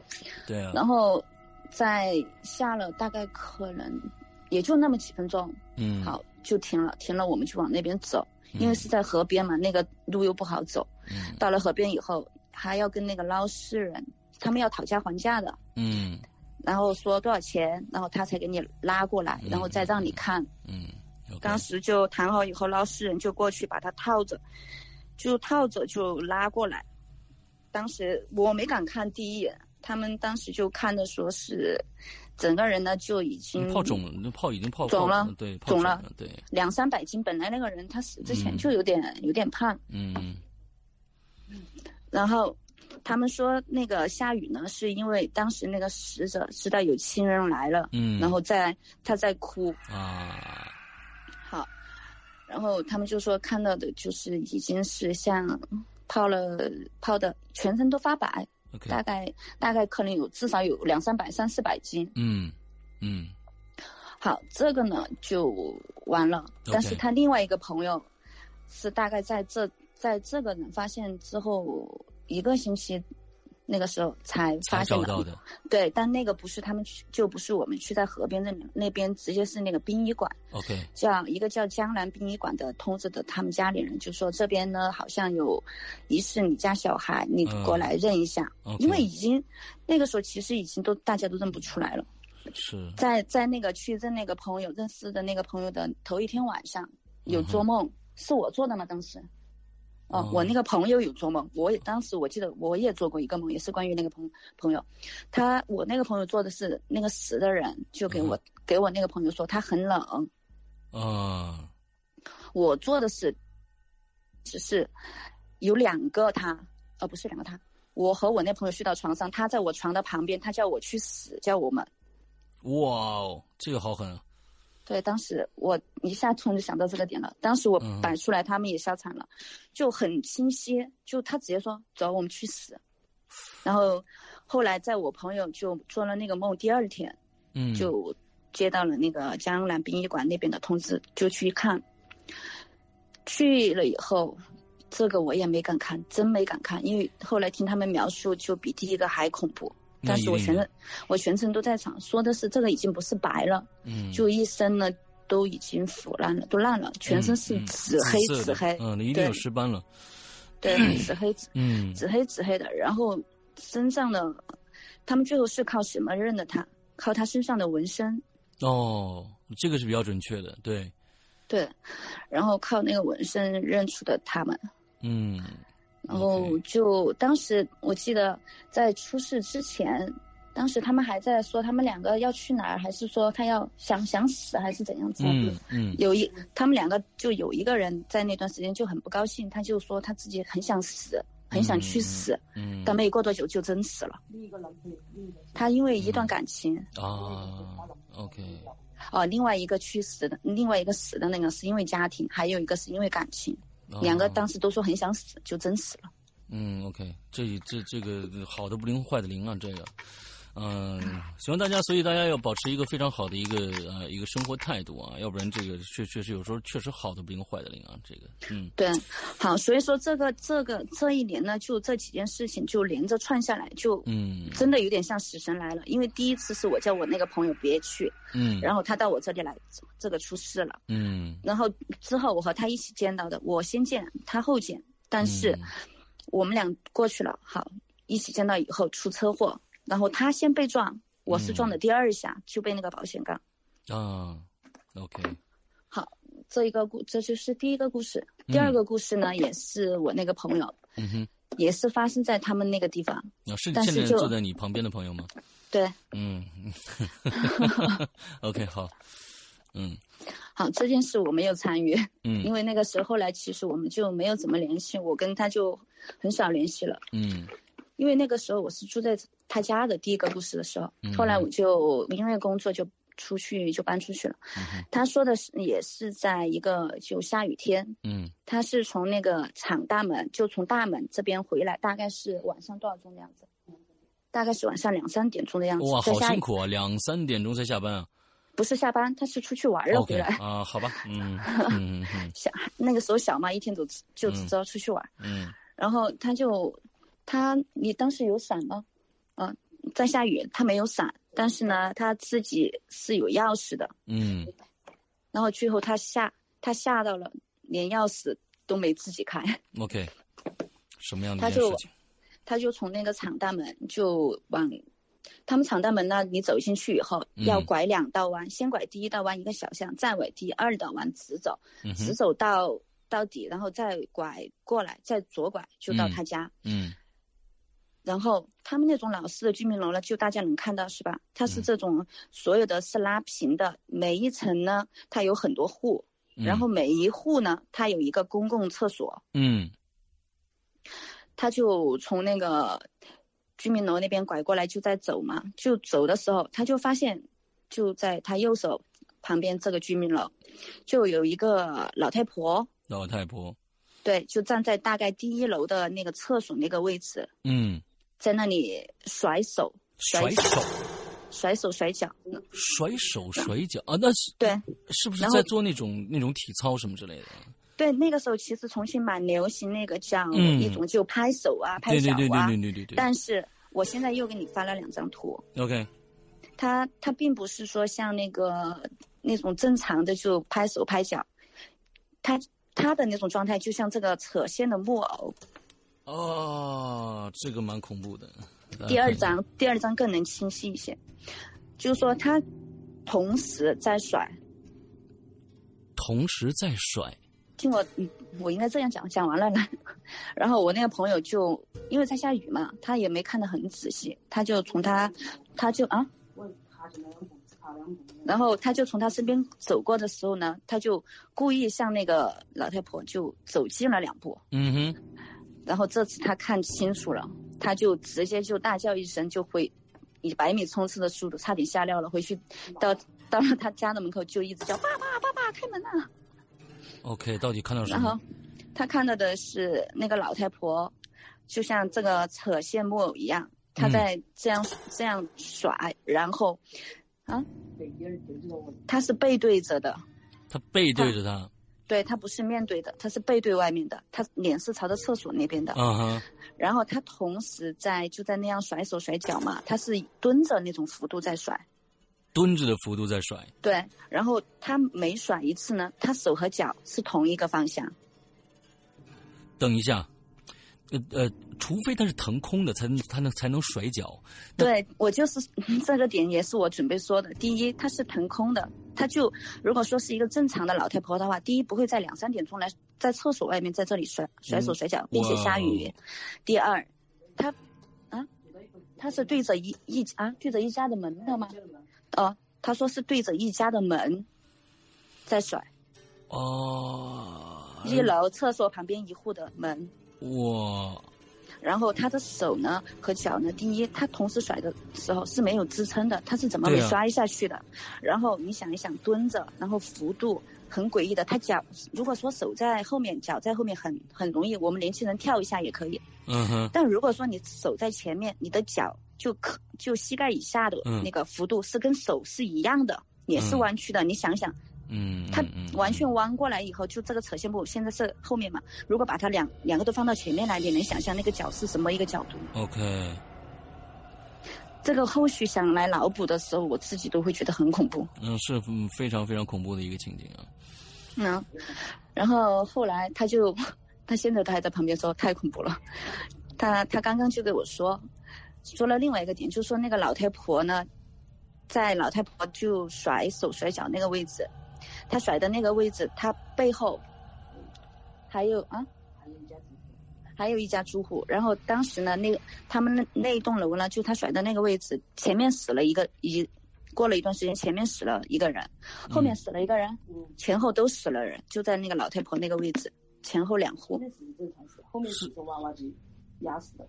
Speaker 1: 对啊，
Speaker 3: 然后再下了大概可能也就那么几分钟，
Speaker 1: 嗯，
Speaker 3: 好就停了，停了我们就往那边走，
Speaker 1: 嗯，
Speaker 3: 因为是在河边嘛，那个路又不好走。
Speaker 1: 嗯
Speaker 3: 到了河边以后，还要跟那个捞尸人，他们要讨价还价的，
Speaker 1: 嗯
Speaker 3: 然后说多少钱，然后他才给你拉过来，然后再让你看。
Speaker 1: 嗯，OK，
Speaker 3: 当时就谈好以后，捞尸人就过去把他套着，就套着就拉过来。当时我没敢看第一眼，他们当时就看的说是，整个人呢就已经
Speaker 1: 嗯泡肿了，泡已经泡
Speaker 3: 肿了
Speaker 1: 泡对，泡
Speaker 3: 肿
Speaker 1: 了
Speaker 3: 了，
Speaker 1: 对，
Speaker 3: 两三百斤。本来那个人他死之前
Speaker 1: 嗯
Speaker 3: 就有点、有点胖，
Speaker 1: 嗯
Speaker 3: 然后他们说那个下雨呢，是因为当时那个死者知道有亲人来了，
Speaker 1: 嗯，
Speaker 3: 然后在他在哭，
Speaker 1: 啊，
Speaker 3: 好，然后他们就说看到的就是已经是像泡了泡的全身都发白，
Speaker 1: OK，
Speaker 3: 大概大概可能有至少有两三百、三四百斤。
Speaker 1: 嗯嗯
Speaker 3: 好，这个呢就完了。但是
Speaker 1: OK
Speaker 3: 他另外一个朋友是大概在这在这个人发现之后一个星期。那个时候才发
Speaker 1: 才
Speaker 3: 现
Speaker 1: 找
Speaker 3: 了
Speaker 1: 到的，
Speaker 3: 对，但那个不是他们去，就不是我们去在河边那里那边，直接是那个殡仪馆，
Speaker 1: OK，
Speaker 3: 叫一个叫江南殡仪馆的通知的他们家里人，就说这边呢好像有疑似你家小孩，你
Speaker 1: 嗯
Speaker 3: 过来认一下，
Speaker 1: OK，
Speaker 3: 因为已经那个时候其实已经都大家都认不出来了，
Speaker 1: 是
Speaker 3: 在在那个去认那个朋友认识的那个朋友的头一天晚上有
Speaker 1: 嗯哼
Speaker 3: 做梦，是我做的吗？当时。哦
Speaker 1: 哦，
Speaker 3: 我那个朋友有做梦，我也当时我记得我也做过一个梦，也是关于那个朋朋友，他我那个朋友做的是那个死的人就给我、
Speaker 1: 嗯
Speaker 3: 给我那个朋友说他很冷，
Speaker 1: 啊，
Speaker 3: 我做的是，只是有两个他，呃，不是两个他，我和我那朋友睡到床上，他在我床的旁边，他叫我去死，叫我们。
Speaker 1: 哇哦，这个好狠啊，
Speaker 3: 对，当时我一下突然就想到这个点了。当时我
Speaker 1: 嗯
Speaker 3: 摆出来，他们也笑场了，就很清晰。就他直接说：“走，我们去死。”然后后来在我朋友就做了那个梦，第二天
Speaker 1: 嗯，
Speaker 3: 就接到了那个江南殡仪馆那边的通知，就去看。去了以后，这个我也没敢看，真没敢看，因为后来听他们描述，就比第一个还恐怖。
Speaker 1: 那
Speaker 3: 但
Speaker 1: 一
Speaker 3: 是我
Speaker 1: 定
Speaker 3: 全
Speaker 1: 的
Speaker 3: 程我全程都在场，说的是这个已经不是白了，
Speaker 1: 嗯
Speaker 3: 就一身呢都已经腐烂了，都烂了，全身是
Speaker 1: 嗯嗯
Speaker 3: 紫黑
Speaker 1: 色
Speaker 3: 紫
Speaker 1: 的
Speaker 3: 黑，
Speaker 1: 嗯，一定有
Speaker 3: 对
Speaker 1: 尸斑了，
Speaker 3: 对，紫黑紫
Speaker 1: 嗯
Speaker 3: 紫黑紫黑的，然后身上的，他们最后是靠什么认的他？靠他身上的纹身，
Speaker 1: 哦，这个是比较准确的，对，
Speaker 3: 对，然后靠那个纹身认出的他们，
Speaker 1: 嗯，
Speaker 3: 然后
Speaker 1: OK
Speaker 3: 就当时我记得在出事之前，当时他们还在说他们两个要去哪儿，还是说他要想想死还是怎样子？
Speaker 1: 嗯嗯
Speaker 3: 有一他们两个就有一个人在那段时间就很不高兴，他就说他自己很想死，很想去死，
Speaker 1: 嗯，
Speaker 3: 但没过多久就真死了。他因为一段感情，
Speaker 1: 嗯啊，OK，
Speaker 3: 哦、另外一个去死的，另外一个死的那个是因为家庭，还有一个是因为感情。
Speaker 1: 啊
Speaker 3: 两个当时都说很想死，就真死了。
Speaker 1: 嗯，OK，这这这个好的不灵，坏的灵啊，这个，嗯，希望大家，所以大家要保持一个非常好的一个呃一个生活态度啊，要不然这个确确实有时候确实好的不灵，坏的灵啊，这个，嗯
Speaker 3: 对，好，所以说这个这个这一年呢，就这几件事情就连着串下来，就
Speaker 1: 嗯
Speaker 3: 真的有点像死神来了。因为第一次是我叫我那个朋友别去，
Speaker 1: 嗯
Speaker 3: 然后他到我这里来，这个出事了。
Speaker 1: 嗯，
Speaker 3: 然后之后我和他一起见到的，我先见他后见，但是
Speaker 1: 嗯
Speaker 3: 我们俩过去了，好，一起见到以后出车祸，然后他先被撞，我是撞的第二下、就被那个保险杠。
Speaker 1: 啊，OK，
Speaker 3: 这一个故，这就是第一个故事。第二个故事呢，也是我那个朋友，
Speaker 1: 嗯哼，
Speaker 3: 也是发生在他们那个地方。
Speaker 1: 啊，是
Speaker 3: 但
Speaker 1: 现在
Speaker 3: 是就
Speaker 1: 坐在你旁边的朋友吗？
Speaker 3: 对，
Speaker 1: 嗯 ，OK，好，嗯
Speaker 3: 好，这件事我没有参与，因
Speaker 1: 嗯
Speaker 3: 为那个时候后来其实我们就没有怎么联系，我跟他就很少联系了。
Speaker 1: 嗯
Speaker 3: 因为那个时候我是住在他家的第一个故事的时候
Speaker 1: 嗯，
Speaker 3: 后来我就因为工作就出去就搬出去了。
Speaker 1: 嗯
Speaker 3: 他说的是也是在一个就下雨天，
Speaker 1: 嗯
Speaker 3: 他是从那个厂大门，就从大门这边回来，大概是晚上多少钟的样子？大概是晚上两三点钟的样
Speaker 1: 嗯，
Speaker 3: 子。
Speaker 1: 哇，
Speaker 3: 在
Speaker 1: 好
Speaker 3: 下
Speaker 1: 辛苦啊，两三点钟才下班啊。
Speaker 3: 不是下班，他是出去玩了
Speaker 1: OK
Speaker 3: 回来。
Speaker 1: 啊，好吧，嗯嗯嗯
Speaker 3: 小 那个时候小嘛，一天都只就
Speaker 1: 嗯
Speaker 3: 只知道出去玩。
Speaker 1: 嗯
Speaker 3: 然后他就他你当时有伞吗？嗯、在下雨，他没有伞，但是呢，他自己是有钥匙的。
Speaker 1: 嗯嗯，
Speaker 3: 然后最后他吓他吓到了，连钥匙都没自己开。
Speaker 1: 嗯，OK，什么样的
Speaker 3: 他
Speaker 1: 一件
Speaker 3: 就
Speaker 1: 事情？
Speaker 3: 他就从那个厂大门就往他们厂大门呢，你走进去以后
Speaker 1: 嗯
Speaker 3: 要拐两道弯，先拐第一道弯一个小巷，再拐第二道弯直走，
Speaker 1: 嗯
Speaker 3: 直
Speaker 1: 哼，
Speaker 3: 走到到底，然后再拐过来，再左拐就到他家。
Speaker 1: 嗯
Speaker 3: 然后他们那种老式的居民楼呢，就大家能看到是吧？它是这种所有的是拉平的，每一层呢它有很多户，
Speaker 1: 嗯，
Speaker 3: 然后每一户呢它有一个公共厕所，
Speaker 1: 嗯
Speaker 3: 他就从那个居民楼那边拐过来，就在走嘛，就走的时候他就发现就在他右手旁边这个居民楼，就有一个老太婆，
Speaker 1: 老太婆，
Speaker 3: 对，就站在大概第一楼的那个厕所那个位置，
Speaker 1: 嗯，
Speaker 3: 在那里甩手、
Speaker 1: 甩手
Speaker 3: 甩手、甩脚。
Speaker 1: 甩手甩脚啊，那是
Speaker 3: 对，
Speaker 1: 是不是
Speaker 3: 然后
Speaker 1: 在做那种那种体操什么之类的？
Speaker 3: 对，那个时候其实重庆蛮流行那个叫
Speaker 1: 嗯
Speaker 3: 一种就拍手啊、拍
Speaker 1: 对
Speaker 3: 脚
Speaker 1: 对
Speaker 3: 啊，
Speaker 1: 对对对对对对。
Speaker 3: 但是我现在又给你发了两张图，
Speaker 1: OK，
Speaker 3: 它它并不是说像那个那种正常的就拍手拍脚，它它的那种状态就像这个扯线的木偶。
Speaker 1: 哦，这个蛮恐怖的。
Speaker 3: 第
Speaker 1: 啊
Speaker 3: 二张第二张更能清晰一些，就是说它同时在甩。
Speaker 1: 同时在甩，
Speaker 3: 听我，嗯我应该这样讲，讲完了呢。 然后我那个朋友就因为在下雨嘛，他也没看得很仔细，他就从他，他就啊，然后他就从他身边走过的时候呢，他就故意向那个老太婆就走近了两步。
Speaker 1: 嗯哼，
Speaker 3: 然后这次他看清楚了，他就直接就大叫一声，就回以百米冲刺的速度，差点吓尿了。回去到到了他家的门口，就一直叫爸爸爸爸开门啊呐、
Speaker 1: ，OK，到底看到什
Speaker 3: 然后
Speaker 1: 么？
Speaker 3: 他看到的是那个老太婆，就像这个扯线木偶一样，他在这样、这样甩，然后啊，他是背对着的，
Speaker 1: 他背对着他，
Speaker 3: 对他不是面对的，他是背对外面的，他脸是朝着厕所那边的。
Speaker 1: 啊哈，
Speaker 3: 然后他同时在就在那样甩手甩脚嘛，他是蹲着那种幅度在甩，
Speaker 1: 蹲着的幅度在甩，
Speaker 3: 对。然后他每甩一次呢，他手和脚是同一个方向，
Speaker 1: 等一下，呃呃，除非它是腾空的，才能才能才能甩脚。
Speaker 3: 对我就是 这个点，也是我准备说的。第一，它是腾空的，它就如果说是一个正常的老太婆的话，第一不会在两三点钟来在厕所外面在这里甩甩手甩脚，并且下雨。
Speaker 1: 哇
Speaker 3: 第二，它啊，它是对着一一啊对着一家的门的吗？哦，他说是对着一家的门在甩，
Speaker 1: 哦，
Speaker 3: 一楼厕所旁边一户的门。
Speaker 1: 哇，
Speaker 3: 然后他的手呢和脚呢，第一，他同时甩的时候是没有支撑的，他是怎么被
Speaker 1: 对啊
Speaker 3: 摔下去的？然后你想一想，蹲着，然后幅度很诡异的，他脚如果说手在后面，脚在后面很很容易，我们年轻人跳一下也可以。
Speaker 1: 嗯哼，
Speaker 3: 但如果说你手在前面，你的脚就可就膝盖以下的
Speaker 1: 嗯
Speaker 3: 那个幅度是跟手是一样的，也是
Speaker 1: 嗯
Speaker 3: 弯曲的。你想想，
Speaker 1: 嗯，
Speaker 3: 它
Speaker 1: 嗯嗯
Speaker 3: 完全弯过来以后，就这个扯线布现在是后面嘛，如果把它两两个都放到前面来，你能想象那个角是什么一个角度？
Speaker 1: OK，
Speaker 3: 这个后续想来脑补的时候，我自己都会觉得很恐怖。
Speaker 1: 嗯，是嗯非常非常恐怖的一个情景啊。
Speaker 3: 嗯，然后后来他就， 他现在都还在旁边说太恐怖了。他他刚刚就给我说，说了另外一个点，就说那个老太婆呢，在老太婆就甩手甩脚那个位置，她甩的那个位置，她背后还有啊，还有一家租户。然后当时呢，那个他们那那一栋楼呢，就他甩的那个位置，前面死了一个一，过了一段时间，前面死了一个人，后面死了一个人，前后都死了人，就在那个老太婆那个位置，前后两户。
Speaker 4: 那只是正常死，后面只是娃娃机压死的，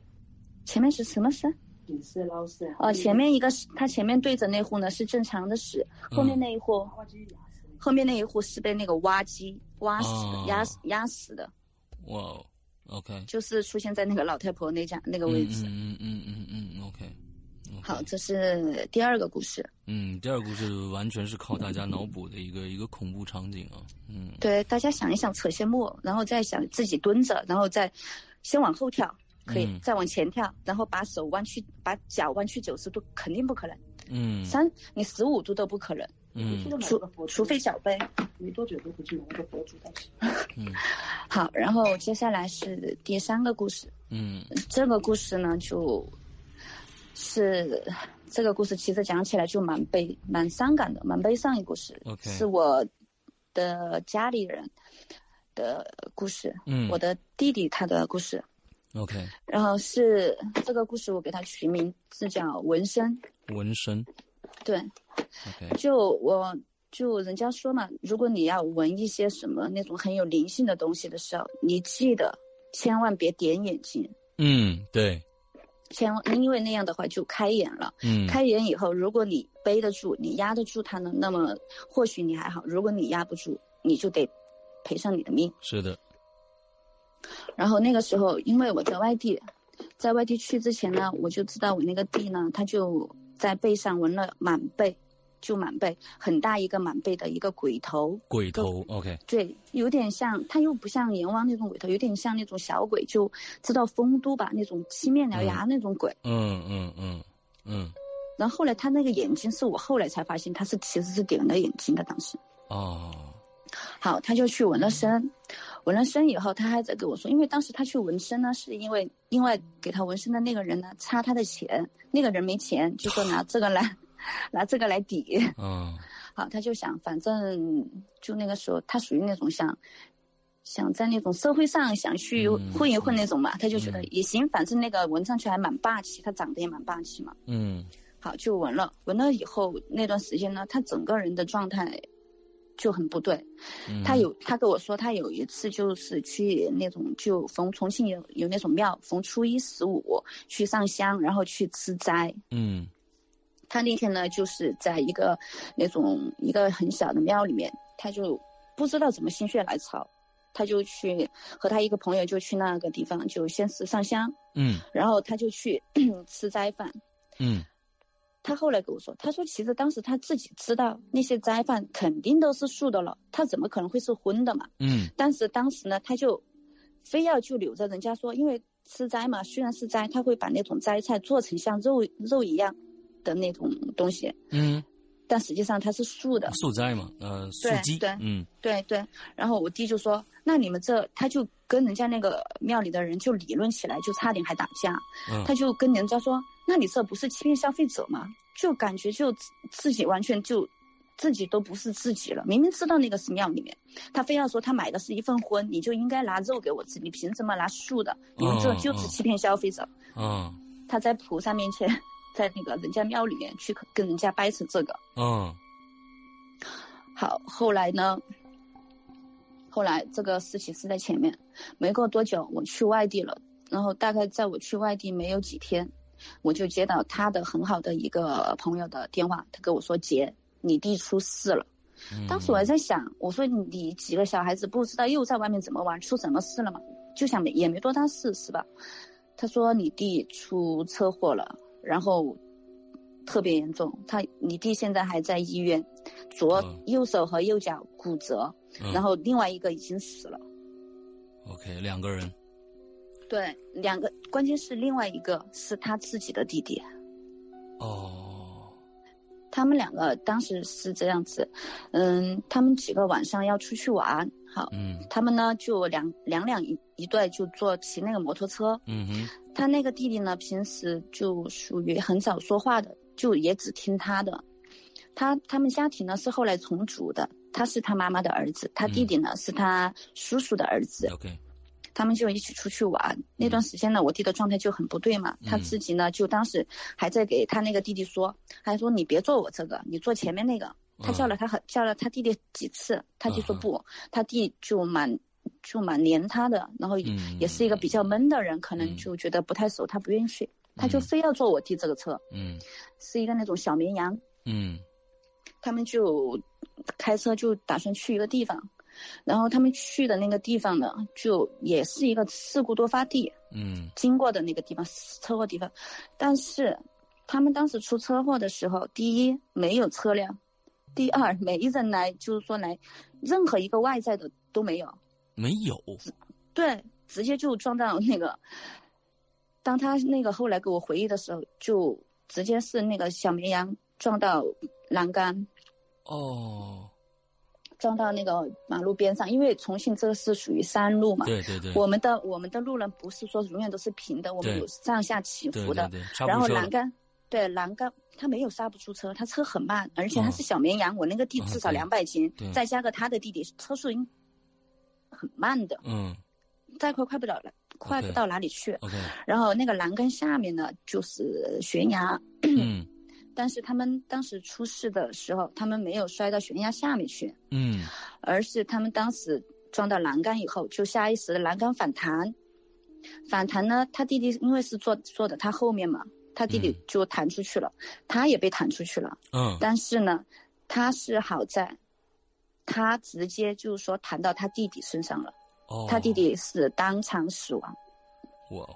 Speaker 3: 前面是什么死？
Speaker 4: 顶是捞死。
Speaker 3: 哦，前面一个是他前面对着那户呢是正常的死，
Speaker 1: 嗯
Speaker 3: 后面那一户，
Speaker 4: 娃娃机压死的，
Speaker 3: 后面那一户是被那个挖机挖死的、
Speaker 1: 哦
Speaker 3: 压死压死的，
Speaker 1: 哇哦，OK，
Speaker 3: 就是出现在那个老太婆那家那个位置。
Speaker 1: 嗯嗯嗯嗯嗯嗯，OK。
Speaker 3: 好，这是第二个故事。
Speaker 1: 嗯，第二个故事完全是靠大家脑补的一个一个恐怖场景啊，嗯，
Speaker 3: 对，大家想一想扯线木偶，然后再想自己蹲着，然后再先往后跳，可以、
Speaker 1: 嗯
Speaker 3: 再往前跳，然后把手弯曲，把脚弯曲九十度，肯定不可能。
Speaker 1: 嗯
Speaker 3: 三，你十五度都不可能，
Speaker 1: 嗯
Speaker 4: 回去就买
Speaker 3: 除
Speaker 4: 了个佛珠
Speaker 3: 除非小杯。
Speaker 4: 没多久就回去买了个佛珠带去。
Speaker 3: 好，然后接下来是第三个故事。
Speaker 1: 嗯
Speaker 3: 这个故事呢，就是这个故事其实讲起来就蛮悲、蛮伤感的、蛮悲伤一个故事。
Speaker 1: OK
Speaker 3: 是我的家里人的故事，
Speaker 1: 嗯，
Speaker 3: 我的弟弟他的故事，
Speaker 1: OK，
Speaker 3: 然后是这个故事我给他取名字叫纹身，
Speaker 1: 纹身
Speaker 3: 对，
Speaker 1: ，OK，
Speaker 3: 就我就人家说嘛，如果你要闻一些什么那种很有灵性的东西的时候，你记得千万别点眼睛，
Speaker 1: 嗯，对，
Speaker 3: 千万因为那样的话就开眼了。
Speaker 1: 嗯，
Speaker 3: 开眼以后，如果你背得住，你压得住它呢，那么或许你还好；如果你压不住，你就得赔上你的命。
Speaker 1: 是的，
Speaker 3: 然后那个时候，因为我在外地，在外地去之前呢，我就知道我那个弟呢，他就在背上纹了满背，就满背很大一个满背的一个鬼头，
Speaker 1: 鬼头，OK，
Speaker 3: 对，有点像，他又不像阎王那种鬼头，有点像那种小鬼，就知道丰都吧那种七面獠牙那种鬼。
Speaker 1: 嗯嗯嗯嗯，
Speaker 3: 然后后来他那个眼睛是我后来才发现他是其实是点了眼睛的，当时。
Speaker 1: 哦，
Speaker 3: 好，他就去纹了身，纹了身以后，他还在跟我说，因为当时他去纹身呢，是因为另外给他纹身的那个人呢差他的钱，那个人没钱，就说拿这个来， 拿这个来抵。
Speaker 1: 嗯，
Speaker 3: 好，他就想，反正就那个时候，他属于那种想，想在那种社会上想去
Speaker 1: 嗯
Speaker 3: 混一混那种嘛，他就觉得
Speaker 1: 嗯
Speaker 3: 也行，反正那个闻上去还蛮霸气，他长得也蛮霸气嘛。
Speaker 1: 嗯，
Speaker 3: 好，就纹了，纹了以后那段时间呢，他整个人的状态就很不对。
Speaker 1: 嗯
Speaker 3: 他，有他跟我说，他有一次就是去那种就逢重庆有有那种庙，逢初一十五去上香，然后去吃斋。
Speaker 1: 嗯
Speaker 3: 他那天呢，就是在一个那种一个很小的庙里面，他就不知道怎么心血来潮，他就去和他一个朋友就去那个地方，就先是上香，
Speaker 1: 嗯
Speaker 3: 然后他就去 吃斋饭。
Speaker 1: 嗯，
Speaker 3: 他后来跟我说，他说其实当时他自己知道那些斋饭肯定都是素的了，他怎么可能会是荤的嘛？
Speaker 1: 嗯
Speaker 3: 但是当时呢，他就非要就留着人家说，因为吃斋嘛，虽然是斋，他会把那种斋菜做成像肉肉一样的那种东西，
Speaker 1: 嗯，
Speaker 3: 但实际上它是素的。
Speaker 1: 素斋嘛，呃，素
Speaker 3: 对
Speaker 1: 鸡
Speaker 3: 对，
Speaker 1: 嗯
Speaker 3: 对对。然后我弟就说：“那你们这……”他就跟人家那个庙里的人就理论起来，就差点还打架。
Speaker 1: 嗯
Speaker 3: 他就跟人家说：“那你这不是欺骗消费者吗？”就感觉就自自己完全就自己都不是自己了。明明知道那个寺庙里面，他非要说他买的是一份荤，你就应该拿肉给我吃，你凭什么拿素的？你们这就是欺骗消费者。
Speaker 1: 嗯
Speaker 3: 他在菩萨面前，在那个人家庙里面去跟人家掰扯这个。
Speaker 1: 嗯
Speaker 3: 好，后来呢？后来这个事情是在前面，没过多久我去外地了，然后大概在我去外地没有几天，我就接到他的很好的一个朋友的电话，他跟我说：“姐，你弟出事了。”
Speaker 1: 嗯，
Speaker 3: 当时我还在想，我说你几个小孩子不知道又在外面怎么玩，出什么事了嘛？就想没也没多大事是吧？他说你弟出车祸了，然后特别严重，他你弟现在还在医院，左
Speaker 1: 嗯
Speaker 3: 右手和右脚骨折，
Speaker 1: 嗯
Speaker 3: 然后另外一个已经死了。
Speaker 1: OK 两个人，
Speaker 3: 对，两个关键是另外一个是他自己的弟弟，
Speaker 1: 哦，
Speaker 3: 他们两个当时是这样子，嗯，他们几个晚上要出去玩，好，
Speaker 1: 嗯
Speaker 3: 他们呢就两两两一一对就坐骑那个摩托车。
Speaker 1: 嗯哼，
Speaker 3: 他那个弟弟呢，平时就属于很少说话的，就也只听他的。他他们家庭呢是后来重组的，他是他妈妈的儿子，他弟弟呢、是他叔叔的儿子。
Speaker 1: ，OK，
Speaker 3: 他们就一起出去玩。那段时间呢，我弟的状态就很不对嘛，他
Speaker 1: 嗯
Speaker 3: 自己呢就当时还在给他那个弟弟说，还说你别坐我这个，你坐前面那个。他叫了他很叫了他弟弟几次，他就说
Speaker 1: 嗯嗯嗯
Speaker 3: 不，他弟就蛮就蛮黏他的，然后也
Speaker 1: 嗯
Speaker 3: 也是一个比较闷的人，可能
Speaker 1: 嗯
Speaker 3: 就觉得不太熟，他不愿意去，他就
Speaker 1: 嗯
Speaker 3: 非要坐我弟这个车，
Speaker 1: 嗯
Speaker 3: 是一个那种小绵羊，
Speaker 1: 嗯
Speaker 3: 他们就开车就打算去一个地方，然后他们去的那个地方呢，就也是一个事故多发地，
Speaker 1: 嗯
Speaker 3: 经过的那个地方，车祸地方。但是他们当时出车祸的时候，第一没有车辆，第二没人来，就是说来任何一个外在的都没有，
Speaker 1: 没有，
Speaker 3: 对，直接就撞到那个。当他那个后来给我回忆的时候，就直接是那个小绵羊撞到栏杆，
Speaker 1: 哦，
Speaker 3: 撞到那个马路边上，因为重庆这个是属于山路嘛。
Speaker 1: 对对对，
Speaker 3: 我们的我们的路呢，不是说永远都是平的，我们
Speaker 1: 对
Speaker 3: 有上下起
Speaker 1: 对
Speaker 3: 伏的
Speaker 1: 对。对，刹
Speaker 3: 然
Speaker 1: 不
Speaker 3: 后
Speaker 1: 住
Speaker 3: 栏
Speaker 1: 了，
Speaker 3: 杆，对栏杆，他没有刹不住车，他车很慢，而且他
Speaker 1: 嗯
Speaker 3: 是小绵羊，我那个弟
Speaker 1: 啊
Speaker 3: 至少
Speaker 1: 对
Speaker 3: 两百斤
Speaker 1: 对，
Speaker 3: 再加个他的弟弟，车速应很慢的，
Speaker 1: 嗯
Speaker 3: 再快快不了了，快不到哪里去。
Speaker 1: ，OK，
Speaker 3: 然后那个栏杆下面呢就是悬崖，
Speaker 1: 嗯
Speaker 3: 但是他们当时出事的时候，他们没有摔到悬崖下面去，
Speaker 1: 嗯
Speaker 3: 而是他们当时撞到栏杆以后，就下意识的栏杆反弹，反弹呢，他弟弟因为是坐坐的他后面嘛，他弟弟
Speaker 1: 嗯
Speaker 3: 就弹出去了，他也被弹出去了，
Speaker 1: 嗯
Speaker 3: 但是呢，他是好在，他直接就是说弹到他弟弟身上了，
Speaker 1: 哦，
Speaker 3: 他弟弟是当场死亡。
Speaker 1: 我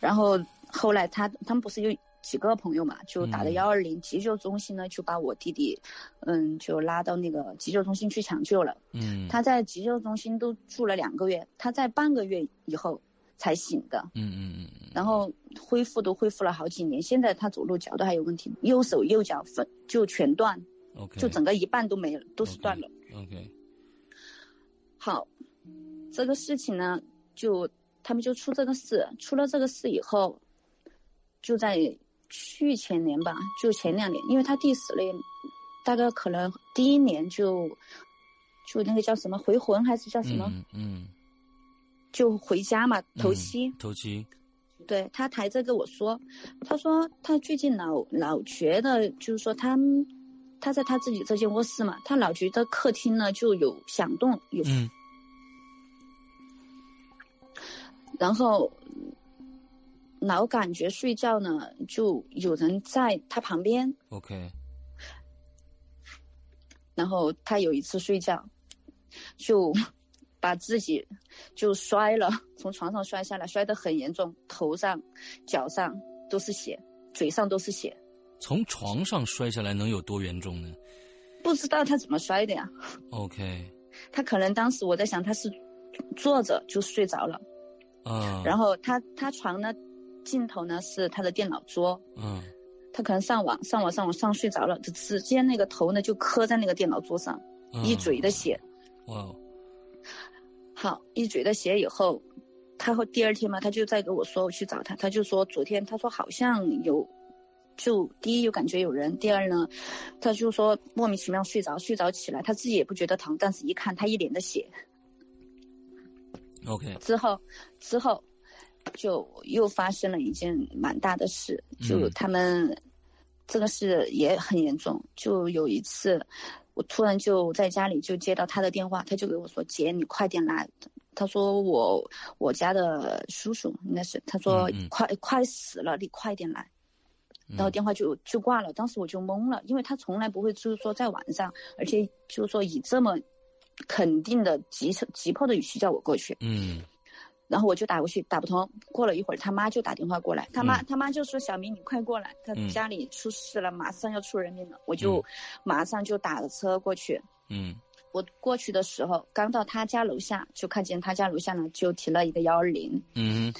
Speaker 3: 然后后来他他们不是有几个朋友嘛，就打的
Speaker 1: 嗯
Speaker 3: 幺二零急救中心呢，就把我弟弟，嗯，就拉到那个急救中心去抢救了。
Speaker 1: 嗯
Speaker 3: 他在急救中心都住了两个月，他在半个月以后才醒的，
Speaker 1: 嗯嗯嗯嗯
Speaker 3: 然后恢复都恢复了好几年，现在他走路脚都还有问题，右手右脚分就全断，
Speaker 1: ，OK，
Speaker 3: 就整个一半都没了，都是断了。
Speaker 1: OK，
Speaker 3: 好，这个事情呢，就他们就出这个事，出了这个事以后，就在去前年吧，就前两年，因为他弟死了也，大概可能第一年就就那个叫什么回魂还是叫什么，
Speaker 1: 嗯嗯，
Speaker 3: 就回家嘛，
Speaker 1: 嗯
Speaker 3: 头七。
Speaker 1: 头七，
Speaker 3: 对他抬这个我说，他说他最近老老觉得就是说他们他在他自己这间卧室嘛，他老觉得客厅呢就有响动，有
Speaker 1: 嗯
Speaker 3: 然后嗯老感觉睡觉呢，就有人在他旁边。
Speaker 1: ，OK，
Speaker 3: 然后他有一次睡觉，就把自己就摔了，从床上摔下来，摔得很严重，头上、脚上都是血，嘴上都是血，
Speaker 1: 从床上摔下来能有多严重呢
Speaker 3: 不知道他怎么摔的呀。
Speaker 1: ？OK，
Speaker 3: 他可能当时我在想他是坐着就睡着了，
Speaker 1: 啊，
Speaker 3: 然
Speaker 1: 后
Speaker 3: 后他他床呢尽头呢是他的电脑桌，
Speaker 1: 嗯
Speaker 3: 他可能上网上网上网上睡着了，就直接那个头呢就磕在那个电脑桌上，
Speaker 1: 嗯
Speaker 3: 一嘴的血。
Speaker 1: 哇哦，
Speaker 3: 好，一嘴的血以后，他后第二天嘛，他就再给我说我去找他，他就说昨天他说好像有，就第一有感觉有人，第二呢，他就说莫名其妙睡着，睡着起来他自己也不觉得疼，但是一看他一脸的血，
Speaker 1: OK，
Speaker 3: 之后之后就又发生了一件蛮大的事，就
Speaker 1: 嗯
Speaker 3: 他们、这个事也很严重。就有一次，我突然就在家里就接到他的电话，他就给我说：“姐，你快点来。”他说我我家的叔叔应该是，他说
Speaker 1: 嗯嗯
Speaker 3: 快、快死了，你快点来。然
Speaker 1: 嗯
Speaker 3: 后电话就就挂了，当时我就懵了，因为他从来不会就是说在晚上，而且就是说以这么肯定的急急迫的语气叫我过去。
Speaker 1: 嗯
Speaker 3: 然后我就打过去，打不通。过了一会儿，他妈就打电话过来，他妈、
Speaker 1: 嗯
Speaker 3: 他妈就说：“小明，你快过来，他
Speaker 1: 嗯
Speaker 3: 家里出事了，马上要出人命了。”我就马上就打了车过去。
Speaker 1: 嗯
Speaker 3: 我过去的时候，刚到他家楼下，就看见他家楼下呢就停了一个幺二零，
Speaker 1: 嗯，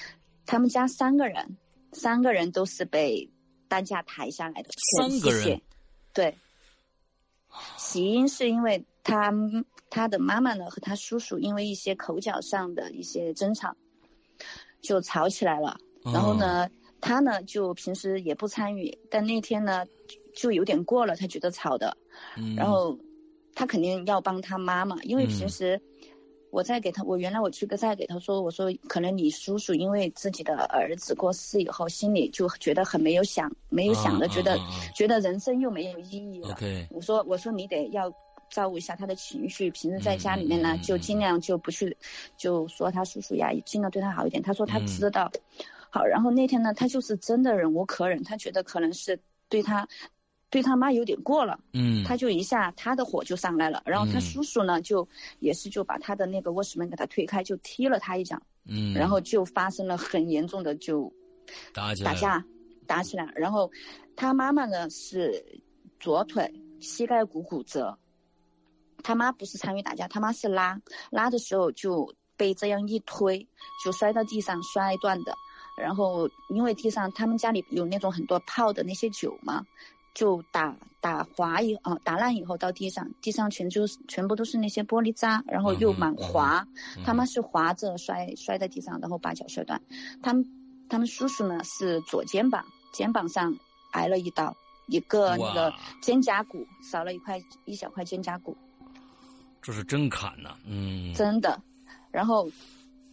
Speaker 3: 他们家三个人，三个人都是被担架抬下来的，全
Speaker 1: 三
Speaker 3: 是
Speaker 1: 个人
Speaker 3: 血对。起因是因为他他的妈妈呢和他叔叔因为一些口角上的一些争吵，就吵起来了。
Speaker 1: 哦
Speaker 3: 然后？呢，他呢就平时也不参与，但那天呢就就有点过了，他觉得吵的，
Speaker 1: 嗯
Speaker 3: 然后他肯定要帮他妈妈，因为
Speaker 1: 嗯
Speaker 3: 平时我在给他，我原来我去个再给他说，我说可能你叔叔因为自己的儿子过世以后，心里就觉得很没有想没有想的，
Speaker 1: 啊
Speaker 3: 觉得
Speaker 1: 啊啊
Speaker 3: 觉得人生又没有意义了。
Speaker 1: OK，
Speaker 3: 我说我说你得要照顾一下他的情绪，平时在家里面呢，
Speaker 1: 嗯嗯嗯
Speaker 3: 就尽量就不去，就说他叔叔呀，尽量对他好一点。他说他
Speaker 1: 嗯
Speaker 3: 知道。好，然后那天呢，他就是真的忍无可忍，他觉得可能是对他。对他妈有点过了，
Speaker 1: 嗯，
Speaker 3: 他就一下他的火就上来了，然后他
Speaker 1: 嗯
Speaker 3: 叔叔呢就也是就把他的那个卧室门给他推开，就踢了他一脚，
Speaker 1: 嗯，
Speaker 3: 然后就发生了很严重的就
Speaker 1: 打起来
Speaker 3: 打
Speaker 1: 了，
Speaker 3: 架，打起来。然后他妈妈呢是左腿膝盖骨骨折，他妈不是参与打架，他妈是拉，拉的时候就被这样一推，就摔到地上摔断的。然后因为地上他们家里有那种很多泡的那些酒嘛，就打打滑以啊、打烂以后到地上，地上全就是全部都是那些玻璃渣，然后又
Speaker 1: 嗯哼
Speaker 3: 蛮
Speaker 1: 嗯哼
Speaker 3: 滑。
Speaker 1: 嗯
Speaker 3: 他妈是滑着摔摔在地上，然后把脚摔断。他们他们叔叔呢是左肩膀肩膀上挨了一刀，一个那个
Speaker 1: 哇
Speaker 3: 肩胛骨少了一块一小块肩胛骨。
Speaker 1: 这是真砍呐、嗯，
Speaker 3: 真的。然后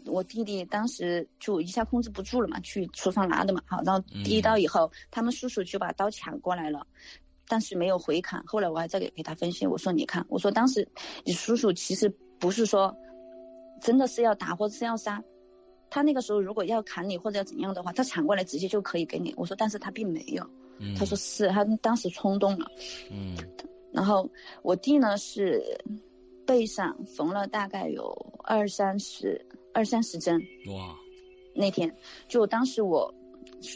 Speaker 3: 我弟弟当时就一下控制不住了嘛，去厨房拿的嘛，好，然后第一刀以后，他们叔叔就把刀抢过来了。但是没有回砍，后来我还在给给他分析，我说你看，我说当时你叔叔其实不是说真的是要打或者是要杀，他那个时候如果要砍你或者要怎样的话，他抢过来直接就可以给你。我说但是他并没有，
Speaker 1: 嗯
Speaker 3: 他说是他当时冲动了。
Speaker 1: 嗯
Speaker 3: 然后我弟呢是背上缝了大概有二三十二三十针，
Speaker 1: 哇
Speaker 3: 那天，就当时我，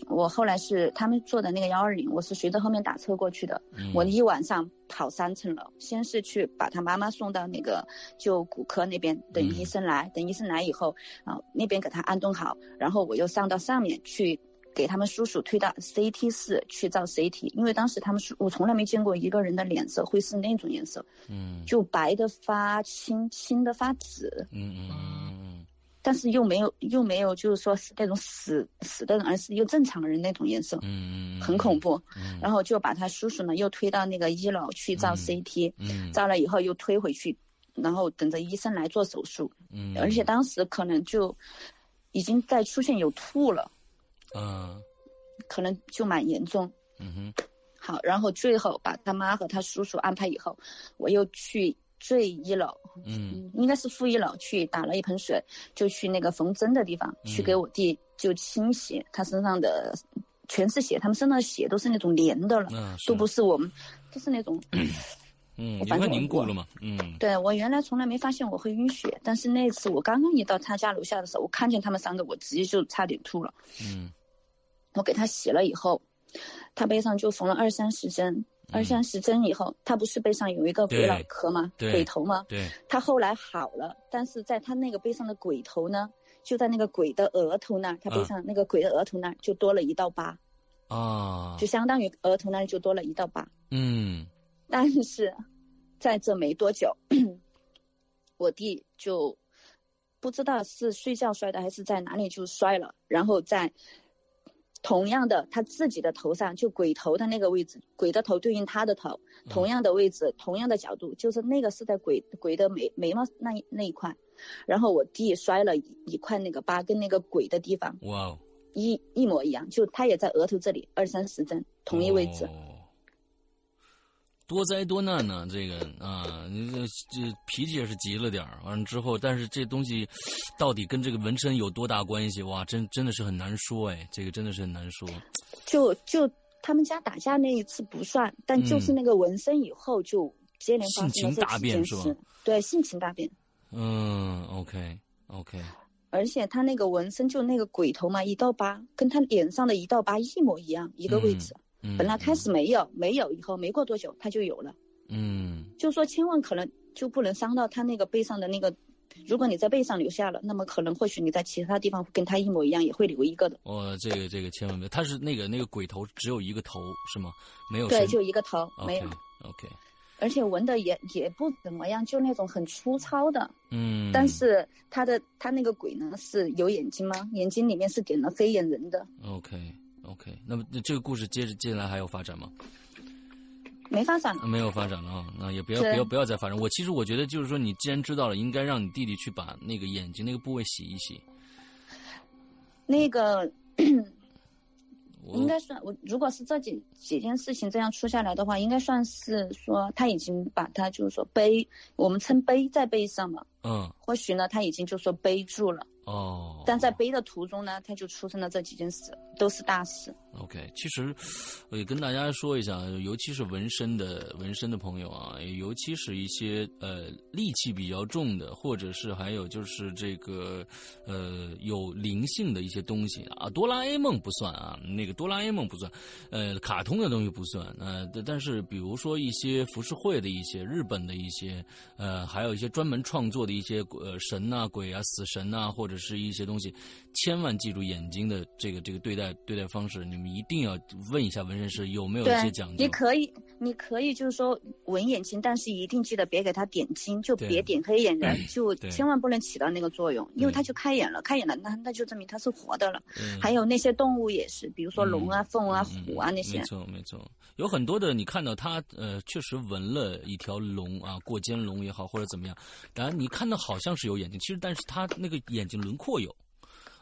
Speaker 3: 我后来是他们坐的那个幺二零，我是随着后面打车过去的。
Speaker 1: 嗯
Speaker 3: 我一晚上跑三层楼，先是去把他妈妈送到那个就骨科那边，等
Speaker 1: 嗯
Speaker 3: 医生来，等医生来以后，啊、那边给他安顿好，然后我又上到上面去。给他们叔叔推到 CT 室去照 CT，因为当时他们叔我从来没见过一个人的脸色会是那种颜色，
Speaker 1: 嗯
Speaker 3: 就白的发青，青的发紫，
Speaker 1: 嗯嗯嗯
Speaker 3: 但是又没有又没有就是说是那种死死的人，而是又正常人那种颜色
Speaker 1: 嗯，嗯，
Speaker 3: 很恐
Speaker 1: 怖。
Speaker 3: 怖。
Speaker 1: 嗯
Speaker 3: 然后就把他叔叔呢又推到那个一楼去照
Speaker 1: 嗯
Speaker 3: CT，、
Speaker 1: 嗯
Speaker 3: 照了以后又推回去，然后等着医生来做手术。
Speaker 1: 嗯，
Speaker 3: 而且当时可能就已经在出现有吐了，
Speaker 1: 嗯
Speaker 3: 可能就蛮严重。
Speaker 1: 嗯哼
Speaker 3: 好，然后最后把他妈和他叔叔安排以后，我又去最一楼
Speaker 1: 嗯
Speaker 3: 嗯，应该是负一楼去打了一盆水，就去那个缝针的地方
Speaker 1: 嗯
Speaker 3: 去给我弟就清洗他身上的，全是血，他们身上的血都是那种连的了，
Speaker 1: 那
Speaker 3: 都不是我们，都是那 种。
Speaker 1: 嗯，
Speaker 3: 我
Speaker 1: 你
Speaker 3: 反
Speaker 1: 看
Speaker 3: 正
Speaker 1: 凝
Speaker 3: 我
Speaker 1: 固了嘛？嗯
Speaker 3: 对我原来从来没发现我会晕血，但是那次我刚刚一到他家楼下的时候，我看见他们三个，我直接就差点吐了。
Speaker 1: 嗯
Speaker 3: 我给他洗了以后，他背上就缝了二三十针。二三十针以后，他不是背上有一个鬼脑
Speaker 1: 嗯对
Speaker 3: 壳吗？
Speaker 1: 对
Speaker 3: 鬼头吗？
Speaker 1: 对
Speaker 3: 他后来好了，但是在他那个背上的鬼头呢，就在那个鬼的额头那儿，他背
Speaker 1: 嗯
Speaker 3: 上那个鬼的额头那儿就多了一道疤，
Speaker 1: 啊
Speaker 3: 就相当于额头那里就多了一道疤。
Speaker 1: 嗯
Speaker 3: 但是在这没多久，我弟就不知道是睡觉摔的还是在哪里就摔了，然后在同样的他自己的头上，就鬼头的那个位置，鬼的头对应他的头，同样的位置，同样的角度，就是那个是在鬼鬼的眉眉毛那一那一块，然后我弟摔了一一块那个疤，跟那个鬼的地方
Speaker 1: 哇哦，
Speaker 3: 一一模一样，就他也在额头这里二三十针，同一位置。
Speaker 1: 哦多灾多难呢、这个啊，你这这脾气也是急了点儿。完了之后，但是这东西到底跟这个纹身有多大关系？哇，真真的是很难说哎，这个真的是很难说。
Speaker 3: 就就他们家打架那一次不算，但就是那个纹身以后就接连发生
Speaker 1: 嗯性情
Speaker 3: 了这
Speaker 1: 大
Speaker 3: 几
Speaker 1: 变
Speaker 3: 件
Speaker 1: 是吧
Speaker 3: 事，对，性情大变。
Speaker 1: 嗯，OK OK，
Speaker 3: 而且他那个纹身就那个鬼头嘛，一道疤跟他脸上的一道疤一模一样，一个位置。
Speaker 1: 嗯，
Speaker 3: 本来开始没有，没有以后没过多久他就有了。
Speaker 1: 嗯
Speaker 3: 就说千万可能就不能伤到他那个背上的那个，如果你在背上留下了，那么可能或许你在其他地方跟他一模一样，也会留一个的。
Speaker 1: 我、哦、这个这个千万别，他是那个那个鬼头只有一个头是吗？没有
Speaker 3: 对，
Speaker 1: 身
Speaker 3: 就一个头
Speaker 1: OK，
Speaker 3: 没有，
Speaker 1: OK，
Speaker 3: 而且纹的也也不怎么样，就那种很粗糙的。
Speaker 1: 嗯，
Speaker 3: 但是他的他那个鬼呢是有眼睛吗？眼睛里面是点了飞眼人的，
Speaker 1: OK OK，那么那这个故事接着接下来还有发展吗？
Speaker 3: 没发展了。
Speaker 1: 没有发展了啊，那也不要
Speaker 3: 是
Speaker 1: 不要不要再发展。我其实我觉得就是说，你既然知道了，应该让你弟弟去把那个眼睛那个部位洗一洗。
Speaker 3: 那个
Speaker 1: 我
Speaker 3: 应该算我，如果是这几几件事情这样出下来的话，应该算是说他已经把他就是说背，我们称背在背上嘛。
Speaker 1: 嗯
Speaker 3: 或许呢，他已经就说背住了，
Speaker 1: 哦，
Speaker 3: 但在背的途中呢，他就出生了这几件事，都是大事。
Speaker 1: OK，其实我也跟大家说一下，尤其是纹身的纹身的朋友啊，尤其是一些呃戾气比较重的，或者是还有就是这个呃有灵性的一些东西啊，哆啦 A 梦不算啊，那个哆啦 A 梦不算，呃，卡通的东西不算，呃，但但是比如说一些浮世绘的一些日本的一些呃，还有一些专门创作的一些呃神呐、鬼啊、死神呐、或者是一些东西，千万记住眼睛的这个这个对待待对待方式，你们一定要问一下纹身师有没有一
Speaker 3: 对
Speaker 1: 些讲，究
Speaker 3: 你。可以，你可以就是说纹眼睛，但是一定记得别给他点睛，就
Speaker 1: 对嗯
Speaker 3: 别点黑眼仁，就
Speaker 1: 对
Speaker 3: 千万不能起到那个作用，因为
Speaker 1: 对
Speaker 3: 它就开眼了，开眼了，那那就证明它是活的了。
Speaker 1: 嗯
Speaker 3: 还有那些动物也是，比如说龙啊、凤啊、
Speaker 1: 嗯
Speaker 3: 虎啊那些
Speaker 1: 没，错没错，有很多的你看到他呃，确实纹了一条龙啊，过肩龙也好，或者怎么样，当然你看到好像是有眼睛，其实但是他那个眼睛轮廓有。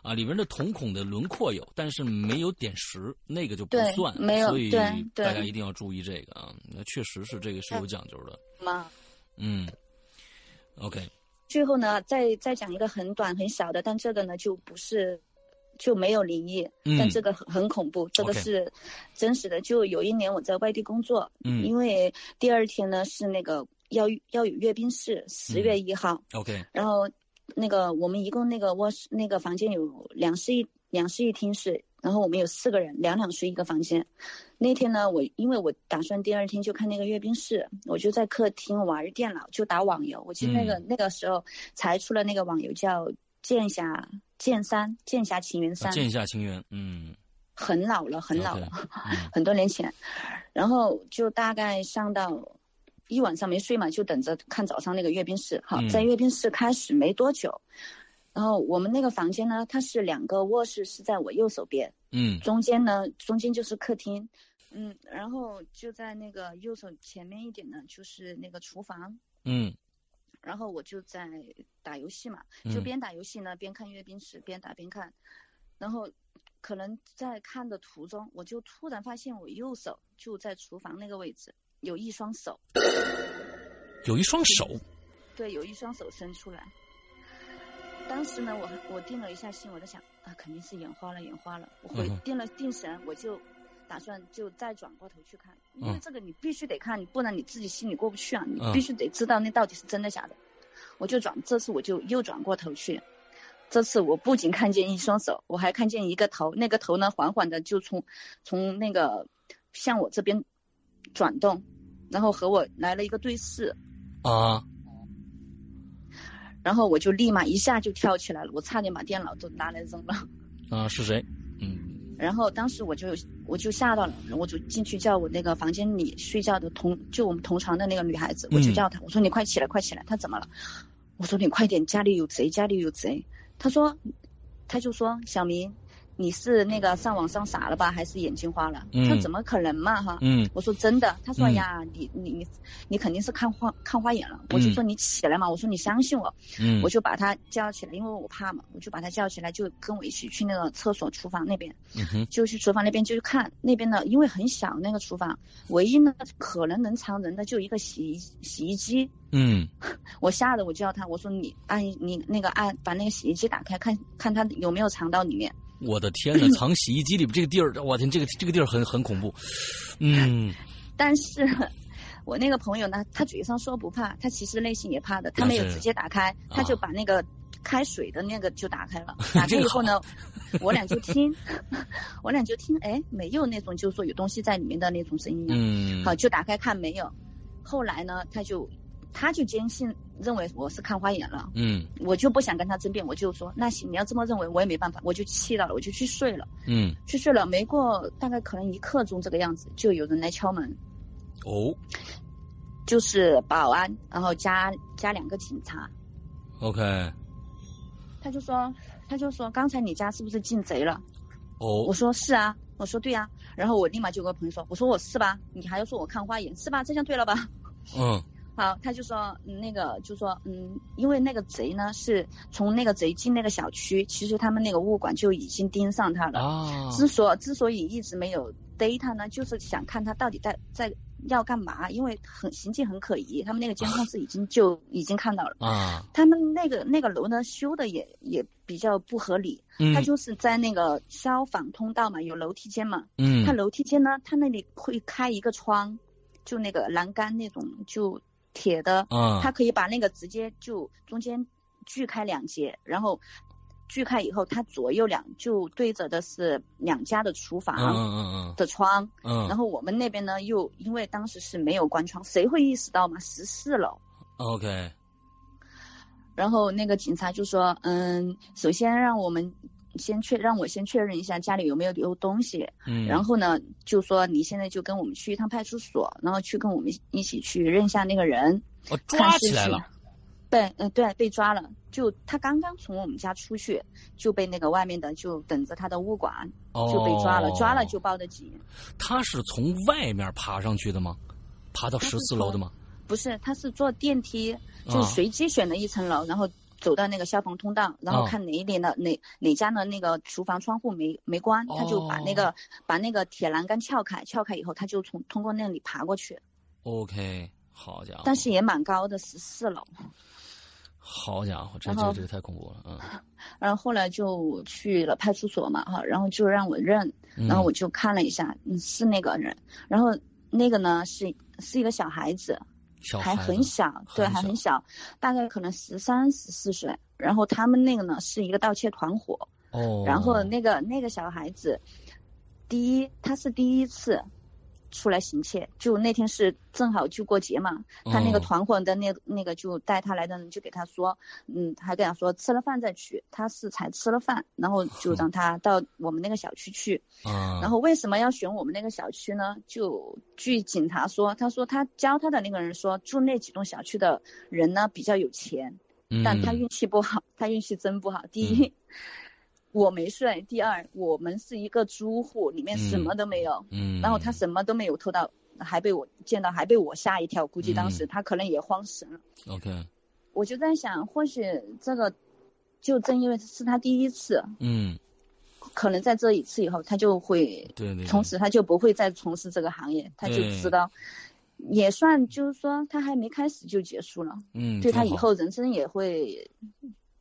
Speaker 1: 啊，里面的瞳孔的轮廓有，但是没有点实，那个就不
Speaker 3: 对
Speaker 1: 算。
Speaker 3: 没有
Speaker 1: 所以
Speaker 3: 对对
Speaker 1: 大家一定要注意这个啊。那确实是这个是有讲究的。
Speaker 3: 吗？
Speaker 1: 嗯，OK，
Speaker 3: 最后呢，再再讲一个很短很小的，但这个呢就不是。就没有灵异，
Speaker 1: 嗯
Speaker 3: 但这个很很恐怖，这个
Speaker 1: OK
Speaker 3: 是真实的。就有一年我在外地工作，
Speaker 1: 嗯
Speaker 3: 因为第二天呢是那个要要有阅兵式，十
Speaker 1: 嗯
Speaker 3: 月一号，
Speaker 1: ，OK，
Speaker 3: 然后那个我们一共那个卧室那个房间有两室一两室一厅室，然后我们有四个人，两两睡一个房间。那天呢，我因为我打算第二天就看那个阅兵式，我就在客厅玩电脑，就打网游。我记得那个、那个时候才出了那个网游叫《剑侠剑三》《哦剑侠情缘
Speaker 1: 啊
Speaker 3: 三》，
Speaker 1: 见一下情缘，嗯，
Speaker 3: 很老了，很老
Speaker 1: OK
Speaker 3: 了。
Speaker 1: 嗯
Speaker 3: 很多年前，然后就大概上到一晚上没睡嘛，就等着看早上那个阅兵式。好
Speaker 1: 嗯，
Speaker 3: 在阅兵式开始没多久，然后我们那个房间呢，它是两个卧室是在我右手边，
Speaker 1: 嗯
Speaker 3: 中间呢中间就是客厅，嗯，然后就在那个右手前面一点呢，就是那个厨房。
Speaker 1: 嗯
Speaker 3: 然后我就在打游戏嘛，
Speaker 1: 嗯
Speaker 3: 就边打游戏呢边看阅兵式，边打边看，然后可能在看的途中，我就突然发现我右手就在厨房那个位置有一双手，
Speaker 1: 嗯有一双手，
Speaker 3: 对，有一双手伸出来。当时呢，我还我定了一下心，我在想啊，肯定是眼花了，眼花了。我回
Speaker 1: 嗯哼
Speaker 3: 定了定神，我就打算就再转过头去看，因为
Speaker 1: 嗯
Speaker 3: 这个你必须得看，你不然你自己心里过不去啊，你
Speaker 1: 嗯
Speaker 3: 必须得知道那到底是真的假的。我就转，这次我就又转过头去。这次我不仅看见一双手，我还看见一个头，那个头呢缓缓的就从从那个向我这边转动，然后和我来了一个对视，
Speaker 1: 啊，
Speaker 3: 然后我就立马一下就跳起来了，我差点把电脑都拿来扔了。
Speaker 1: 啊是谁？嗯
Speaker 3: 然后当时我就我就吓到了，我就进去叫我那个房间里睡觉的同就我们同床的那个女孩子，我就
Speaker 1: 嗯
Speaker 3: 叫她，我说你快起来，快起来，她怎么了？我说你快点，家里有贼，家里有贼。她说，她就说小明，你是那个上网上傻了吧，还是眼睛花了？
Speaker 1: 嗯
Speaker 3: 她怎么可能嘛哈？
Speaker 1: 嗯
Speaker 3: 我说真的，她说哎
Speaker 1: 嗯
Speaker 3: 呀，你你你你肯定是看花看花眼了。我就
Speaker 1: 嗯
Speaker 3: 说你起来嘛，我说你相信我，
Speaker 1: 嗯
Speaker 3: 我就把他叫起来，因为我怕嘛，我就把他叫起来，就跟我一起去那个厕所、厨房那边，
Speaker 1: 嗯哼
Speaker 3: 就去厨房那边就去看那边呢，因为很小那个厨房，唯一呢可能能藏人的就一个洗衣洗衣机。
Speaker 1: 嗯
Speaker 3: 我吓得我叫他，我说你按你那个按把那个洗衣机打开，看看他有没有藏到里面。
Speaker 1: 我的天 呐，藏洗衣机里边这个地儿，我天，这个这个地儿很很恐怖。 嗯
Speaker 3: 但是我那个朋友呢，他嘴上说不怕，他其实内心也怕的。他
Speaker 1: 那
Speaker 3: 没有
Speaker 1: 是
Speaker 3: 直接打开，他
Speaker 1: 啊
Speaker 3: 就把那个开水的那个就打开 了。打开
Speaker 1: 这个
Speaker 3: 以后呢，我俩就听，我俩就听，哎，没有那种就是说有东西在里面的那种声音、啊。
Speaker 1: 嗯，
Speaker 3: 好，就打开看没有。后来呢，他就他就坚信认为我是看花眼了，
Speaker 1: 嗯
Speaker 3: 我就不想跟他争辩，我就说那行，你要这么认为，我也没办法，我就气到了，我就去睡了。
Speaker 1: 嗯
Speaker 3: 去睡了，没过大概可能一刻钟这个样子，就有人来敲门。
Speaker 1: 哦
Speaker 3: 就是保安，然后加加两个警察。
Speaker 1: ，OK，
Speaker 3: 他就说，他就说，刚才你家是不是进贼了？我
Speaker 1: 哦，
Speaker 3: 说是啊，我说对啊。然后我立马就跟我朋友说，我说我是吧？你还要说我看花眼是吧？这下对了吧？
Speaker 1: 嗯
Speaker 3: 好，他就说、嗯那个就说嗯，因为那个贼呢是从那个贼进那个小区，其实他们那个物管就已经盯上他了。
Speaker 1: 啊，
Speaker 3: 之所之所以一直没有逮他呢，就是想看他到底在在要干嘛，因为很行迹很可疑，他们那个监控是已经就已经看到了。
Speaker 1: 啊，
Speaker 3: 他们那个那个楼呢修的也也比较不合理，
Speaker 1: 嗯
Speaker 3: 它就是在那个消防通道嘛，有楼梯间嘛，
Speaker 1: 嗯
Speaker 3: 它楼梯间呢，它那里会开一个窗，就那个栏杆那种就铁的，
Speaker 1: 啊，
Speaker 3: 它可以把那个直接就中间锯开两截，然后锯开以后，它左右两就对着的是两家的厨
Speaker 1: 嗯
Speaker 3: 房
Speaker 1: 嗯嗯
Speaker 3: 的窗，
Speaker 1: 嗯
Speaker 3: 然
Speaker 1: 嗯
Speaker 3: 后我们那边呢又因为当时是没有关窗，谁会意识到嘛？十四楼。
Speaker 1: ，OK，
Speaker 3: 然后那个警察就说：“嗯，首先让我们先确让我先确认一下家里有没有丢东西，
Speaker 1: 嗯，
Speaker 3: 然后呢，就说你现在就跟我们去一趟派出所，然后去跟我们一起去认一下那个人。
Speaker 1: 哦
Speaker 3: 看
Speaker 1: 抓
Speaker 3: 是
Speaker 1: 起来
Speaker 3: 谁
Speaker 1: 了，。
Speaker 3: 被嗯、对被抓了，就他刚刚从我们家出去，就被那个外面的就等着他的物管
Speaker 1: 哦，
Speaker 3: 就被抓了，抓了就报的警。
Speaker 1: 他是从外面爬上去的吗？爬到
Speaker 3: 他是
Speaker 1: 十四楼的吗？
Speaker 3: 不是，他是坐电梯，
Speaker 1: 啊
Speaker 3: 就随机选了一层楼，然后走到那个消防通道，然后
Speaker 1: 啊
Speaker 3: 看哪一点的、哪哪家的那个厨房窗户没没关，
Speaker 1: 哦
Speaker 3: 他就把那个、把那个铁栏杆撬开，撬开以后他就从通过那里爬过去，
Speaker 1: OK，好家伙，
Speaker 3: 但是也蛮高的，十四楼。
Speaker 1: 好家伙，这
Speaker 3: 然
Speaker 1: 这
Speaker 3: 后
Speaker 1: 这个太恐怖了，嗯
Speaker 3: 然后后来就去了派出所嘛，哈，然后就让我认，
Speaker 1: 嗯，
Speaker 3: 然后我就看了一下，嗯，是那个人，然后那个呢是是一个小孩子，
Speaker 1: 小
Speaker 3: 还
Speaker 1: 孩子
Speaker 3: 很小，对，
Speaker 1: 很
Speaker 3: 还
Speaker 1: 小
Speaker 3: 很小，大概可能十三十四岁。然后他们那个呢是一个盗窃团伙，
Speaker 1: 哦，
Speaker 3: 然后那个那个小孩子，第一他是第一次出来行窃，就那天是正好就过节嘛，他那个
Speaker 1: 嗯
Speaker 3: 团伙的那那个就带他来的人就给他说，嗯，还跟他说吃了饭再去，他是才吃了饭，然后就让他到我们那个小区去，
Speaker 1: 啊，
Speaker 3: 然后为什么要选我们那个小区呢？就据警察说，他说他教他的那个人说，住那几栋小区的人呢比较有钱，但他
Speaker 1: 嗯
Speaker 3: 运气不好， 他运气真不好。第一， 我没睡；第二，我们是一个租户，里面什么都没有，
Speaker 1: 嗯，
Speaker 3: 然后他什么都没有偷到，还被我见到，还被我吓一跳，估计当时
Speaker 1: 嗯
Speaker 3: 他可能也慌神了。
Speaker 1: OK，
Speaker 3: 我就在想，或许这个。就正因为是他第一次，
Speaker 1: 嗯，
Speaker 3: 可能在这一次以后，他就会
Speaker 1: 对对对，
Speaker 3: 从此他就不会再从事这个行业，他就
Speaker 1: 嗯对
Speaker 3: 知道，也算就是说他还没开始就结束了，
Speaker 1: 嗯，
Speaker 3: 对他
Speaker 1: 挺
Speaker 3: 以
Speaker 1: 好
Speaker 3: 后人生也会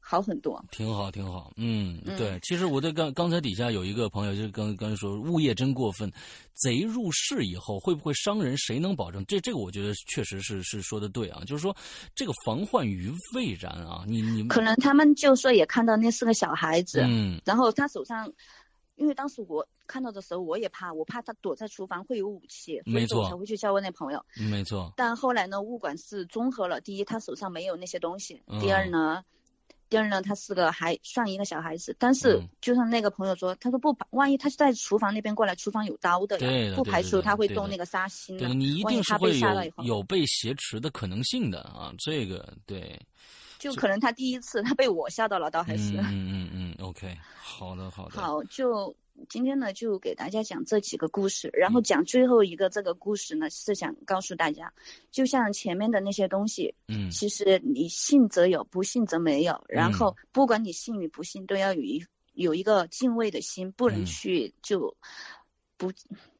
Speaker 3: 好很多。
Speaker 1: 挺好，挺好。嗯，
Speaker 3: 嗯
Speaker 1: 对，其实我对刚刚才底下有一个朋友，就是刚刚才说物业真过分，贼入室以后会不会伤人，谁能保证？这这个我觉得确实是是说的对啊，就是说这个防患于未然啊，你你
Speaker 3: 可能他们就说也看到那是个小孩子，
Speaker 1: 嗯
Speaker 3: 然后他手上，因为当时我看到的时候我也怕，我怕他躲在厨房会有武器，所
Speaker 1: 没
Speaker 3: 以说我
Speaker 1: 错
Speaker 3: 才会去叫我那朋友。
Speaker 1: 没错，
Speaker 3: 但后来呢，物管是综合了，第一，他手上没有那些东西；
Speaker 1: 嗯
Speaker 3: 第二呢，第二呢，他是个还算一个小孩子，但是
Speaker 1: 嗯
Speaker 3: 就像那个朋友说，他说不，万一他是在厨房那边过来，厨房有刀的
Speaker 1: 对
Speaker 3: 呀，
Speaker 1: 的
Speaker 3: 不
Speaker 1: 对
Speaker 3: 排
Speaker 1: 的
Speaker 3: 除他会
Speaker 1: 对的
Speaker 3: 动那个杀心
Speaker 1: 对
Speaker 3: 呢。
Speaker 1: 你一
Speaker 3: 万一
Speaker 1: 定是
Speaker 3: 他被
Speaker 1: 会
Speaker 3: 杀了以
Speaker 1: 有
Speaker 3: 后
Speaker 1: 有被挟持的可能性的啊，这个对，
Speaker 3: 就可能他第一次他被我吓到了，倒还
Speaker 1: 嗯
Speaker 3: 是、
Speaker 1: 嗯嗯嗯，OK，好的好的，
Speaker 3: 好就。今天呢，就给大家讲这几个故事，然
Speaker 1: 嗯
Speaker 3: 后讲最后一个这个故事呢，是想告诉大家，就像前面的那些东西，
Speaker 1: 嗯
Speaker 3: 其实你信则有，不信则没有。然后不管你信与不信，都要有一有一个敬畏的心，不
Speaker 1: 嗯
Speaker 3: 能去就不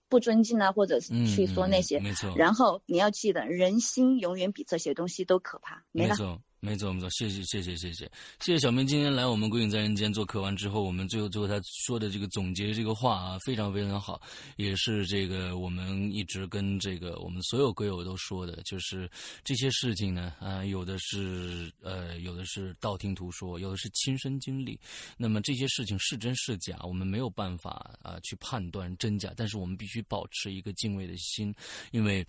Speaker 3: 不尊敬啊，或者
Speaker 1: 嗯，
Speaker 3: 是去说
Speaker 1: 嗯
Speaker 3: 那
Speaker 1: 嗯
Speaker 3: 些。
Speaker 1: 没错，
Speaker 3: 然后你要记得，人心永远比这些东西都可怕。没了，
Speaker 1: 错，没错，没错，谢谢，谢谢，谢谢，谢谢小明今天来我们《鬼影在人间》做客完之后，我们最后最后他说的这个总结这个话啊，非常非常好，也是这个我们一直跟这个我们所有鬼友都说的，就是这些事情呢，啊、有的是呃，有的是道听途说，有的是亲身经历，那么这些事情是真是假，我们没有办法啊、去判断真假，但是我们必须保持一个敬畏的心，因为。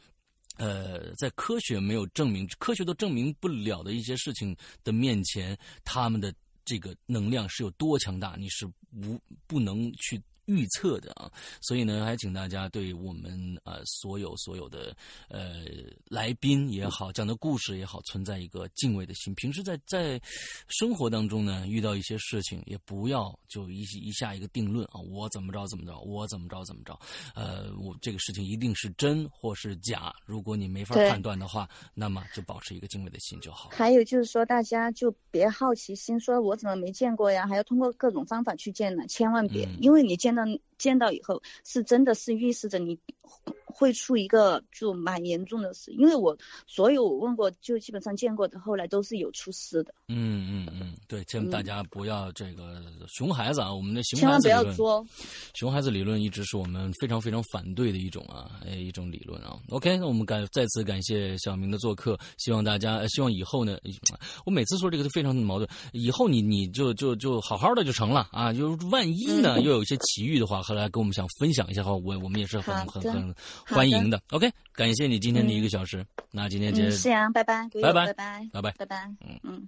Speaker 1: 呃，在科学没有证明、科学都证明不了的一些事情的面前，他们的这个能量是有多强大，你是无不能去预测的啊。所以呢，还请大家对我们呃所有所有的呃来宾也好，讲的故事也好，存在一个敬畏的心。平时在在生活当中呢，遇到一些事情，也不要就一一下一个定论啊，我怎么着怎么着，我怎么着怎么着。呃，我这个事情一定是真或是假。如果你没法
Speaker 3: 对
Speaker 1: 判断的话，那么就保持一个敬畏的心就好。
Speaker 3: 还有就是说，大家就别好奇心，说我怎么没见过呀？还要通过各种方法去见呢，千万别，
Speaker 1: 嗯
Speaker 3: 因为你见到见到以后，是真的是预示着你会出一个就蛮严重的事。因为我所有我问过，就基本上见过的，后来都是有出事的，
Speaker 1: 嗯嗯嗯，对，请
Speaker 3: 嗯
Speaker 1: 大家不要这个熊孩子啊，我们的熊
Speaker 3: 千
Speaker 1: 孩
Speaker 3: 万
Speaker 1: 子
Speaker 3: 不
Speaker 1: 理
Speaker 3: 要
Speaker 1: 论
Speaker 3: 作。
Speaker 1: 熊孩子理论一直是我们非常非常反对的一种啊，哎，一种理论啊。OK，那我们感再次感谢小明的做客，希望大家，呃希望以后呢，我每次说这个都非常的矛盾，以后你你就就就好好的就成了啊，就是万一呢、
Speaker 3: 嗯
Speaker 1: 又有一些奇遇的话，后来跟我们想分享一下的话，我我们也是很
Speaker 3: 好
Speaker 1: 很
Speaker 3: 的
Speaker 1: 很
Speaker 3: 好
Speaker 1: 欢
Speaker 3: 的
Speaker 1: 迎的。OK，感谢你今天的一个小时，那今天节
Speaker 3: 嗯嗯，是呀，拜拜，各位
Speaker 1: 拜拜
Speaker 3: 拜拜，
Speaker 1: 拜拜。
Speaker 3: 拜拜，
Speaker 1: 嗯
Speaker 3: 嗯。